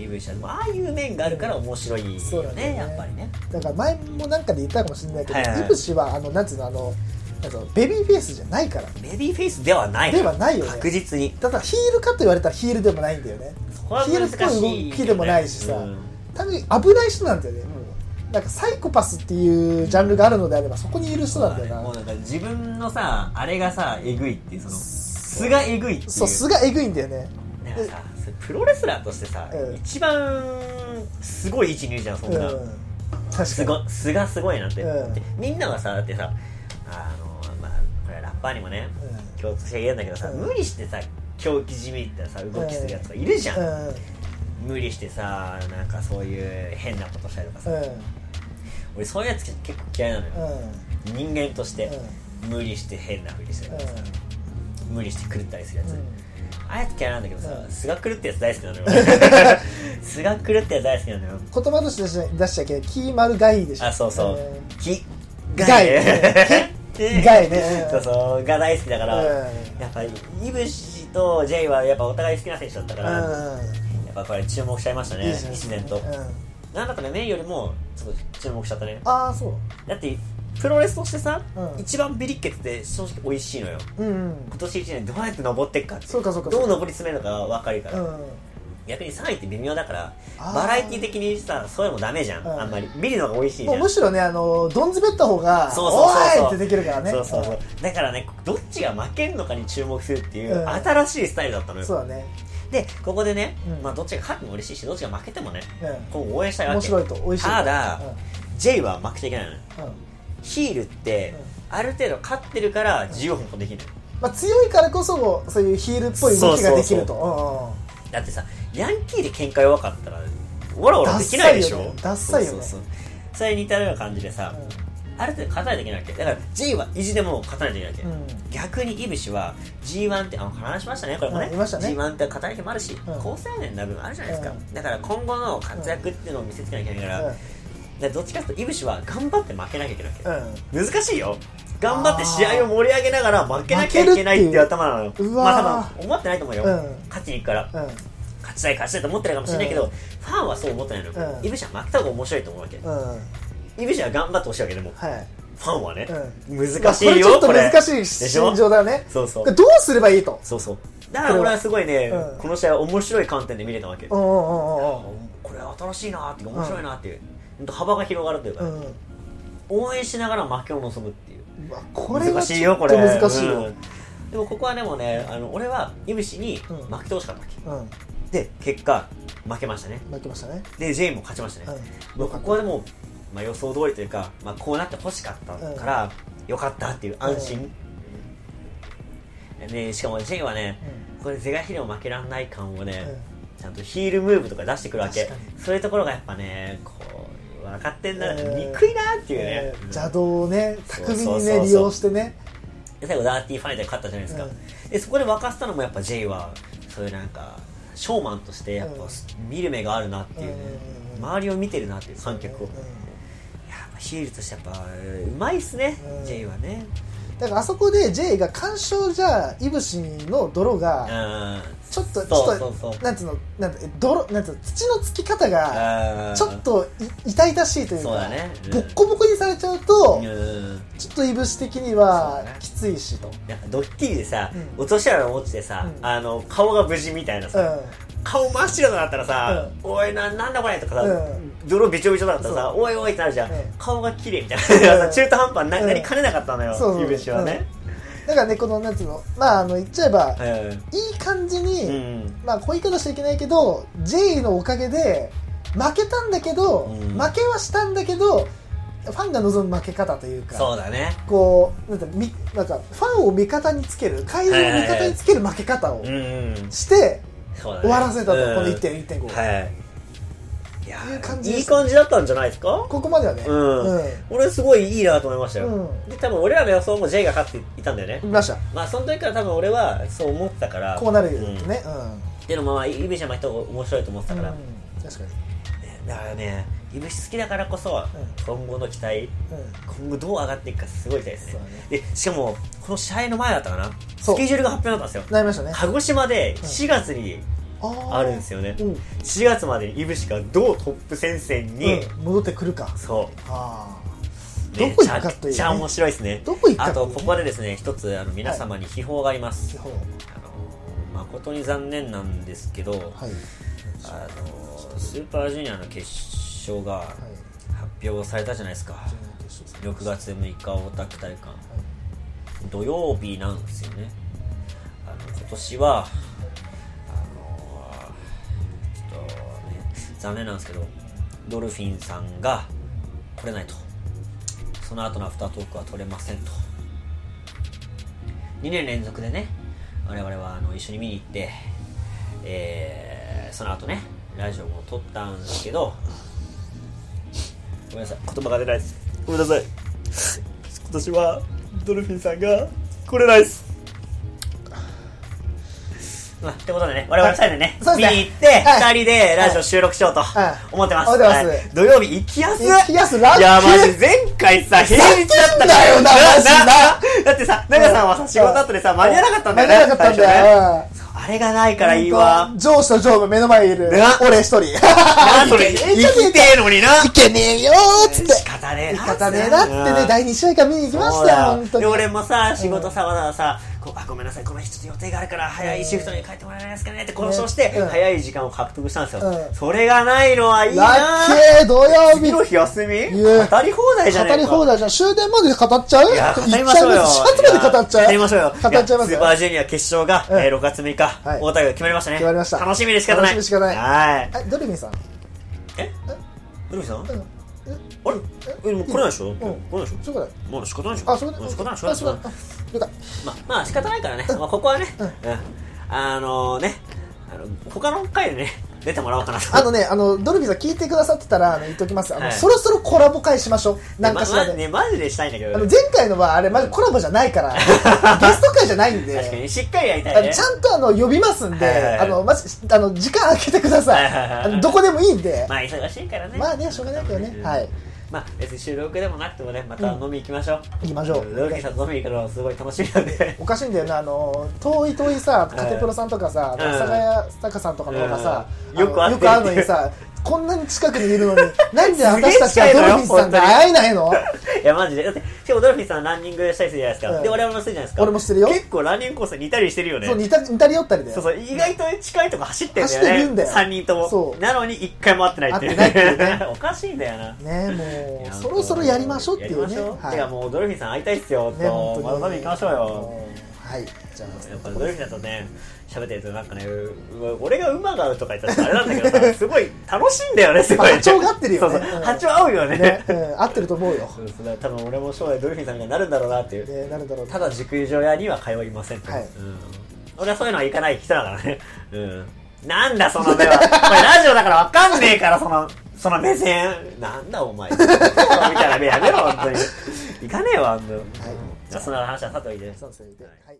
Speaker 2: AV 社でもああいう面があるから面白いよね,、
Speaker 1: そうなんだよね
Speaker 2: やっぱりね
Speaker 1: だから前もなんかで言ったかもしれないけど、
Speaker 2: はいはい
Speaker 1: イブシはあのなんつうのあのなんつうのベビーフェイスじゃないから
Speaker 2: ベビーフェイスではない
Speaker 1: ではないよね
Speaker 2: 確実に
Speaker 1: だからヒールかと言われたらヒールでもないんだよね
Speaker 2: そこは
Speaker 1: ヒール
Speaker 2: 難
Speaker 1: っ
Speaker 2: しい
Speaker 1: ぽ
Speaker 2: よね、
Speaker 1: い動きでもないしさ
Speaker 2: うん
Speaker 1: 単純に危ない人なんだよね、もうなんかサイコパスっていうジャンルがあるのであればそこにいる人なんだよな
Speaker 2: もうなんか自分のさあれがさえぐいっていうその
Speaker 1: 素
Speaker 2: 素がえぐいっていう
Speaker 1: そう素がえぐいんだよね
Speaker 2: なんかさそれプロレスラーとしてさ、
Speaker 1: うん
Speaker 2: 一番すごい位置にいるじゃんそんな、
Speaker 1: うん確か
Speaker 2: す
Speaker 1: に
Speaker 2: ご素がすごいなって、
Speaker 1: うん
Speaker 2: でみんなはさだってさあのまあこれはラッパーにもね
Speaker 1: う
Speaker 2: 共通して言えんだけどさ、
Speaker 1: うん
Speaker 2: 無理してさ狂気じみったさ動きするやつがいるじゃん、
Speaker 1: んうん
Speaker 2: 無理してさなんかそういう変なことしたりとかさ、俺そういうやつ結構嫌いなの
Speaker 1: う
Speaker 2: よ、
Speaker 1: んうん
Speaker 2: 人間として、
Speaker 1: う
Speaker 2: 無理して変なふりするやつさ、無理して狂ったりするやつ、
Speaker 1: ん
Speaker 2: ああやつ嫌いなんだけどさ、
Speaker 1: うん
Speaker 2: 素が狂ってやつ大好きな のよ素が狂ってやつ大好きなのよ
Speaker 1: 言葉として出し出しちゃいけないキーマルガイでしょ
Speaker 2: あそうそう、
Speaker 1: ん
Speaker 2: き
Speaker 1: 害
Speaker 2: ね
Speaker 1: 害ねうん
Speaker 2: そうそうが大好きだから、
Speaker 1: うん
Speaker 2: やっぱりイブシとジェイはやっぱお互い好きな選手だったから、や
Speaker 1: う
Speaker 2: っぱこれ注目しちゃいました
Speaker 1: ん
Speaker 2: ね
Speaker 1: いいじゃん
Speaker 2: 自然と、
Speaker 1: うん
Speaker 2: なんだったらメインよりもちょっと注目しちゃったね
Speaker 1: ああそう
Speaker 2: だってプロレスとしてさ、
Speaker 1: うん
Speaker 2: 一番ビリッケツって正直美味しいのよ
Speaker 1: うんうん
Speaker 2: 今年1年どうやって登ってっかって
Speaker 1: そうかそうか
Speaker 2: どう
Speaker 1: う
Speaker 2: 登り詰めるのか分かるから、
Speaker 1: うん
Speaker 2: 逆に3位って微妙だから
Speaker 1: あー
Speaker 2: バラエティ的にさそういうのもダメじゃん、
Speaker 1: うん
Speaker 2: あんまりビリの方が美味しいじ
Speaker 1: も
Speaker 2: ゃ
Speaker 1: うんむしろねあのドンズベった方が
Speaker 2: そうそうそうそう
Speaker 1: おーいってできるからね
Speaker 2: そうそうそうだからねどっちが負けんのかに注目するっていう、
Speaker 1: うん
Speaker 2: 新しいスタイルだったの
Speaker 1: う
Speaker 2: よ
Speaker 1: んそうだね
Speaker 2: でここでね、
Speaker 1: うん
Speaker 2: まあ、どっちが勝っても嬉しいしどっちが負けてもね
Speaker 1: う
Speaker 2: こう応援したい
Speaker 1: ん
Speaker 2: わけ
Speaker 1: 面白いと美味しいと
Speaker 2: ただ J は負けちゃいけないのよ
Speaker 1: うんうん
Speaker 2: ヒールって
Speaker 1: うん、
Speaker 2: ある程度勝ってるから15分もできるのよ
Speaker 1: まあ強いからこそそういうヒールっぽい動きができるとう
Speaker 2: だってさヤンキーで喧嘩弱かったらオラオラできないでしょ
Speaker 1: ダッサいよねダッサいよね
Speaker 2: そうそうそうそれに似たような感じで
Speaker 1: ん
Speaker 2: さ、
Speaker 1: うんうん
Speaker 2: ある程度勝たないといけないわけだから J は意地でも勝たないといけないわけ、逆にイブシは G1 ってあの話しましたねこれも
Speaker 1: う
Speaker 2: ね,、
Speaker 1: ん言いましたね
Speaker 2: G1 って語り手もあるし、
Speaker 1: ん
Speaker 2: 高青年な部分あるじゃないですか、
Speaker 1: うん
Speaker 2: だから今後の活躍っていうのを見せつけなきゃいけないから,、でどっちかというとイブシは頑張って負けなきゃいけないわけ、
Speaker 1: うん
Speaker 2: 難しいよ頑張って試合を盛り上げながら負けなきゃいけないっていう頭なのよ
Speaker 1: 負けるっていううわー
Speaker 2: まあ多分思ってないと思うよ、
Speaker 1: うん
Speaker 2: 勝ちに行くから
Speaker 1: うん
Speaker 2: 勝ちたい勝ちたいと思ってるかもしれないけど、
Speaker 1: う
Speaker 2: ファンはそう思ってないのよ、
Speaker 1: うん
Speaker 2: イブシは負けた方が面白いと思うわけ、
Speaker 1: うんうん
Speaker 2: イブシは頑張ってほしいわけでも
Speaker 1: はい
Speaker 2: ファンはね、
Speaker 1: うん
Speaker 2: 難しいよ、
Speaker 1: まあこれちょっと
Speaker 2: これ
Speaker 1: 難しい
Speaker 2: でしょ
Speaker 1: 心情だね
Speaker 2: そうそう
Speaker 1: これどうすればいいと
Speaker 2: そうそうだから俺はすごいね、
Speaker 1: うん
Speaker 2: この試合面白い観点で見れたわけ、
Speaker 1: うんうんうん
Speaker 2: これ新しいなーっていう面白いなーっていう、ほんと幅が広がるというか、
Speaker 1: うんうん
Speaker 2: 応援しながら負けを望むっていう
Speaker 1: うわこれは
Speaker 2: 難しい
Speaker 1: ちょ
Speaker 2: よ
Speaker 1: っ
Speaker 2: ことれ
Speaker 1: 難しいよ
Speaker 2: うんでもここはでもねあの俺はイブシに負けてほしかったわけ、
Speaker 1: うん
Speaker 2: で結果負けましたね
Speaker 1: 負けましたね
Speaker 2: で J も勝ちましたね、
Speaker 1: うん
Speaker 2: もうここはでも、まあ、予想通りというか、まあ、こうなってほしかったから、よかったっていう安心、ね、しかも J はね、これ是が非でも負けられない感をね、ちゃんとヒールムーブとか出してくるわけ
Speaker 1: 確か
Speaker 2: そういうところがやっぱねこう分かってんだな、
Speaker 1: えー
Speaker 2: 憎いなっていうね
Speaker 1: え、ー邪道をね
Speaker 2: そう
Speaker 1: 巧み
Speaker 2: そう
Speaker 1: に
Speaker 2: そうそう
Speaker 1: ね利用してね
Speaker 2: で最後ダーティーファイターで勝ったじゃないですか、
Speaker 1: う
Speaker 2: でそこで沸かせたのもやっぱ J はそういうなんかショーマンとしてやっぱ見る目があるなっていうね、
Speaker 1: うん
Speaker 2: 周りを見てるなっていう観客を、
Speaker 1: うん
Speaker 2: やっぱヒールとしてやっぱうまいっすね、
Speaker 1: うん
Speaker 2: J はね
Speaker 1: だからあそこで J が干渉じゃイブシの泥
Speaker 2: うん
Speaker 1: がちょっとち
Speaker 2: そ
Speaker 1: ょ
Speaker 2: うそう
Speaker 1: っ
Speaker 2: そう
Speaker 1: となんつうのなんて泥なんつうの土のつき方が
Speaker 2: うん
Speaker 1: ちょっとい痛々しいという
Speaker 2: そう
Speaker 1: か
Speaker 2: だねうん
Speaker 1: ボッコボコにされちゃうと
Speaker 2: うん
Speaker 1: ちょっといぶし的に
Speaker 2: そう
Speaker 1: は
Speaker 2: だね
Speaker 1: きついしとう
Speaker 2: なんかドッキリでさ、
Speaker 1: うん
Speaker 2: 落とし穴の落ちてさ、
Speaker 1: うん
Speaker 2: あの顔が無事みたいなさ、
Speaker 1: ん
Speaker 2: 顔真っ白だったらさ、おいななんだこれとかさ、
Speaker 1: うん
Speaker 2: 泥びちょびちょだったらさ、おいおいってなるじゃん、
Speaker 1: うん
Speaker 2: 顔が綺麗みたいな、
Speaker 1: うん
Speaker 2: 中途半端にな,、
Speaker 1: うん
Speaker 2: なりかねなかったのよ
Speaker 1: そうそう
Speaker 2: ゆぶしはね、
Speaker 1: だからねこのなんつうのまああの言っちゃえば
Speaker 2: う
Speaker 1: いい感じ
Speaker 2: ん、う
Speaker 1: に
Speaker 2: ん、
Speaker 1: まあこういう言い方しちゃいけないけど J のおかげで負けたんだけど
Speaker 2: う
Speaker 1: 負
Speaker 2: ん
Speaker 1: けはしたんだけどファンが望む負け方というか
Speaker 2: そうだね
Speaker 1: こうなんてみなんかファンを味方につける会場を味方につける負け方を
Speaker 2: うんうん
Speaker 1: して
Speaker 2: そうだね
Speaker 1: 終わらせたと、
Speaker 2: うん
Speaker 1: この1.1.5、
Speaker 2: はいいや
Speaker 1: いう感じです
Speaker 2: いい感じだったんじゃないですか
Speaker 1: ここまではね、
Speaker 2: うん俺すごいいいなと思いましたよ、
Speaker 1: うん
Speaker 2: で多分俺らの予想も J が勝っていたんだよね
Speaker 1: 見ました
Speaker 2: まあその時から多分俺はそう思ってたから
Speaker 1: こうなるよ
Speaker 2: よ、
Speaker 1: って
Speaker 2: ん、
Speaker 1: ね
Speaker 2: でもまあイブシはまあ人が面白いと思って
Speaker 1: う
Speaker 2: た
Speaker 1: ん、
Speaker 2: から、
Speaker 1: うん確かに、
Speaker 2: ねだからねイブシ好きだからこそ、
Speaker 1: ん
Speaker 2: 今後の期待
Speaker 1: うん、
Speaker 2: 今後どう上がっていくかすごい期待です
Speaker 1: そう
Speaker 2: ね
Speaker 1: だね
Speaker 2: でしかもこの試合の前だったかな
Speaker 1: そう
Speaker 2: スケジュールが発表だったんですよ
Speaker 1: なりましたね
Speaker 2: 鹿児島で4月に
Speaker 1: あ
Speaker 2: あるんですよね、
Speaker 1: よ、うん
Speaker 2: 4月までにイブシがどうトップ戦線に、
Speaker 1: うん戻ってくるか
Speaker 2: そ
Speaker 1: あ
Speaker 2: う、
Speaker 1: どこ行くかというね
Speaker 2: めちゃくちゃ面白いですね
Speaker 1: どこ行くか
Speaker 2: あと
Speaker 1: というね
Speaker 2: ここでですね一つあの皆様に秘宝があります、
Speaker 1: あ
Speaker 2: あの誠に残念なんですけど、
Speaker 1: はい
Speaker 2: あのスーパージュニアの決勝が
Speaker 1: はい
Speaker 2: 発表されたじゃないですか
Speaker 1: 準々決勝
Speaker 2: 6月6日大田区
Speaker 1: は
Speaker 2: 大館
Speaker 1: い
Speaker 2: 土曜日なんですよねあの今年はあのちょっとね残念なんですけどドルフィンさんが来れないとその後のアフタートークは取れませんと2年連続でね我々はあの一緒に見に行って、えーその後ねラジオも撮ったんですけどごめんなさい言葉が出ないですごめんなさい今年はドルフィンさんが来れないですまあ、ってことでね、我々2人でね、
Speaker 1: そう
Speaker 2: 見
Speaker 1: ですね
Speaker 2: に行って、
Speaker 1: はい
Speaker 2: 2人でラジオ収録しようと
Speaker 1: はい
Speaker 2: 思ってます。
Speaker 1: 思ってます
Speaker 2: はい土曜日行きやす
Speaker 1: 行きやすラッキー
Speaker 2: いや、マジ前回さ、平日だったか
Speaker 1: ふ
Speaker 2: ら
Speaker 1: ざけんなよなマジな
Speaker 2: だってさ、長さんはさ、仕事後でさ、間に合わなかったんだよ
Speaker 1: 間に
Speaker 2: ね。
Speaker 1: 合わなかったんだ
Speaker 2: 最初ね
Speaker 1: よ、うん
Speaker 2: あれがないからいいわ。
Speaker 1: 上司と上部目の前にいる
Speaker 2: ね
Speaker 1: 俺一人
Speaker 2: なそ れ、
Speaker 1: い
Speaker 2: 生
Speaker 1: けねえ
Speaker 2: きてえのにな。
Speaker 1: いけねえよーっつって
Speaker 2: 仕方ねえな。
Speaker 1: 仕方ねえなって
Speaker 2: う
Speaker 1: ね
Speaker 2: ん
Speaker 1: 第2試合から見に行きま
Speaker 2: そ
Speaker 1: し
Speaker 2: う
Speaker 1: たよ
Speaker 2: だ
Speaker 1: 本当に
Speaker 2: で、俺もさ、仕事さ、わざわざさ、こうあ、ごめんなさい、この日ちょっと予定があるから、早いシフトに帰ってもらえないですかねって交渉して、
Speaker 1: うん
Speaker 2: 早い時間を獲得したんですよ。
Speaker 1: うん
Speaker 2: それがないのはいいな
Speaker 1: ラッキー土曜
Speaker 2: 次
Speaker 1: 日
Speaker 2: の日休み
Speaker 1: や
Speaker 2: 語り放題じゃねえ
Speaker 1: 語
Speaker 2: か。
Speaker 1: り放題じゃん終電まで語っちゃう
Speaker 2: いや、語り
Speaker 1: 行
Speaker 2: ま
Speaker 1: っち
Speaker 2: し
Speaker 1: ゃ
Speaker 2: ょう
Speaker 1: い
Speaker 2: よ。
Speaker 1: ます始まで語っちゃう
Speaker 2: 語りましょうよ。
Speaker 1: 語っちゃいま
Speaker 2: や
Speaker 1: す
Speaker 2: スー
Speaker 1: よ
Speaker 2: パージュニア決勝が、
Speaker 1: うん
Speaker 2: えー6月6日、
Speaker 1: はい
Speaker 2: 大田区が決まりましたね。
Speaker 1: 決まりました
Speaker 2: 楽しみで仕方ない。
Speaker 1: 楽しみで仕方ない
Speaker 2: はい。
Speaker 1: えドルフィンさん
Speaker 2: えドルフィンさん
Speaker 1: うんえ
Speaker 2: あれえ、でも来れないでしょ来れないでしょ
Speaker 1: そうかだ
Speaker 2: まあ仕方ないでしょ
Speaker 1: あそこで
Speaker 2: まあ仕方ない、
Speaker 1: あ
Speaker 2: 仕方
Speaker 1: そ
Speaker 2: な
Speaker 1: こだ。あ
Speaker 2: い
Speaker 1: よかっ
Speaker 2: まあ、まあ仕方ないからね、まあ、ここはね、うんあのねあの他の回でね出てもらおうかなと
Speaker 1: たあのねあのドルフィンさん聞いてくださってたらあの言っときますあの
Speaker 2: はい
Speaker 1: そろそろコラボ会しましょうなんかしら
Speaker 2: まま
Speaker 1: で
Speaker 2: ねマジでしたいんだけ
Speaker 1: あ
Speaker 2: ど、
Speaker 1: の前回のはあれまずコラボじゃない からゲスト会じゃないんで
Speaker 2: 確かにしっかりやりた
Speaker 1: あ
Speaker 2: い
Speaker 1: の
Speaker 2: ね
Speaker 1: ちゃんとあの呼びますんで、
Speaker 2: はいはいはい
Speaker 1: あのまずあの時間空けてください、
Speaker 2: はいはいはいはい
Speaker 1: あのどこでもいいんで、
Speaker 2: まあ忙しいからね
Speaker 1: まあねしょうがないけどね
Speaker 2: うん
Speaker 1: はい
Speaker 2: まあ別に収録でもなくてもねまた飲み行きましょう、
Speaker 1: 行きましょう
Speaker 2: ロケさんと飲み行くのすごい楽しみなんで
Speaker 1: おかしいんだよなあの遠い遠いさカテプロさんとかさ
Speaker 2: ん
Speaker 1: 阿佐ヶ谷坂さんとかの方がさ、
Speaker 2: うんよく会
Speaker 1: あのよ
Speaker 2: ってる
Speaker 1: く会うのにさこんなに近くにいるの になんで私たち
Speaker 2: すげえ
Speaker 1: がド
Speaker 2: 近いの
Speaker 1: ル
Speaker 2: よ
Speaker 1: フィンさんに会えないの
Speaker 2: いやマジでだってしかもドルフィンさんランニングしたりするじゃないですか、
Speaker 1: うん
Speaker 2: で我々もするじゃないですか
Speaker 1: 俺もしてるよ
Speaker 2: 結構ランニングコースに似たりしてるよね
Speaker 1: そう似た似たり寄ったりで
Speaker 2: そうそう、意外と近いとこ走ってんだ
Speaker 1: 走
Speaker 2: よね。
Speaker 1: ってるんだよ
Speaker 2: 3人とも。
Speaker 1: そう
Speaker 2: なのに1回も会ってないっていう。
Speaker 1: 会ってないっていうね
Speaker 2: おかしいんだよな。
Speaker 1: ねもうそろそろやりましょうっていうね
Speaker 2: やりましょ
Speaker 1: はい
Speaker 2: てかもうドルフィンさん会いたいっすよ。
Speaker 1: ね本
Speaker 2: と、ま
Speaker 1: 当
Speaker 2: た
Speaker 1: に
Speaker 2: また行きましょうよ。
Speaker 1: はいじゃ
Speaker 2: やっぱドルフィンさんとね、喋ってるとなんかね、うう俺が馬が合うとか言ったらあれなんだけど さ、すごい楽しいんだよね、すごいね。
Speaker 1: まあ波長が合ってるよね
Speaker 2: そうそうう、
Speaker 1: ん
Speaker 2: 波長合うよ
Speaker 1: あ
Speaker 2: ね。
Speaker 1: ね、うん、合ってると思うよ
Speaker 2: そ、うそう多分俺も将来ドルフィンさんみたいになるんだろうなっていう。
Speaker 1: ね、なるだろうな
Speaker 2: ただ熟女屋には通いませんと、
Speaker 1: はい
Speaker 2: うん、俺はそういうのは行かない人だからね、うん、なんだその目はこれラジオだから分かんねえからそのその目線なんだお前みたいな目やめろ本当に行かねえわあんな、
Speaker 1: はい
Speaker 2: じゃあそんな話はさておいて
Speaker 1: そうですねではい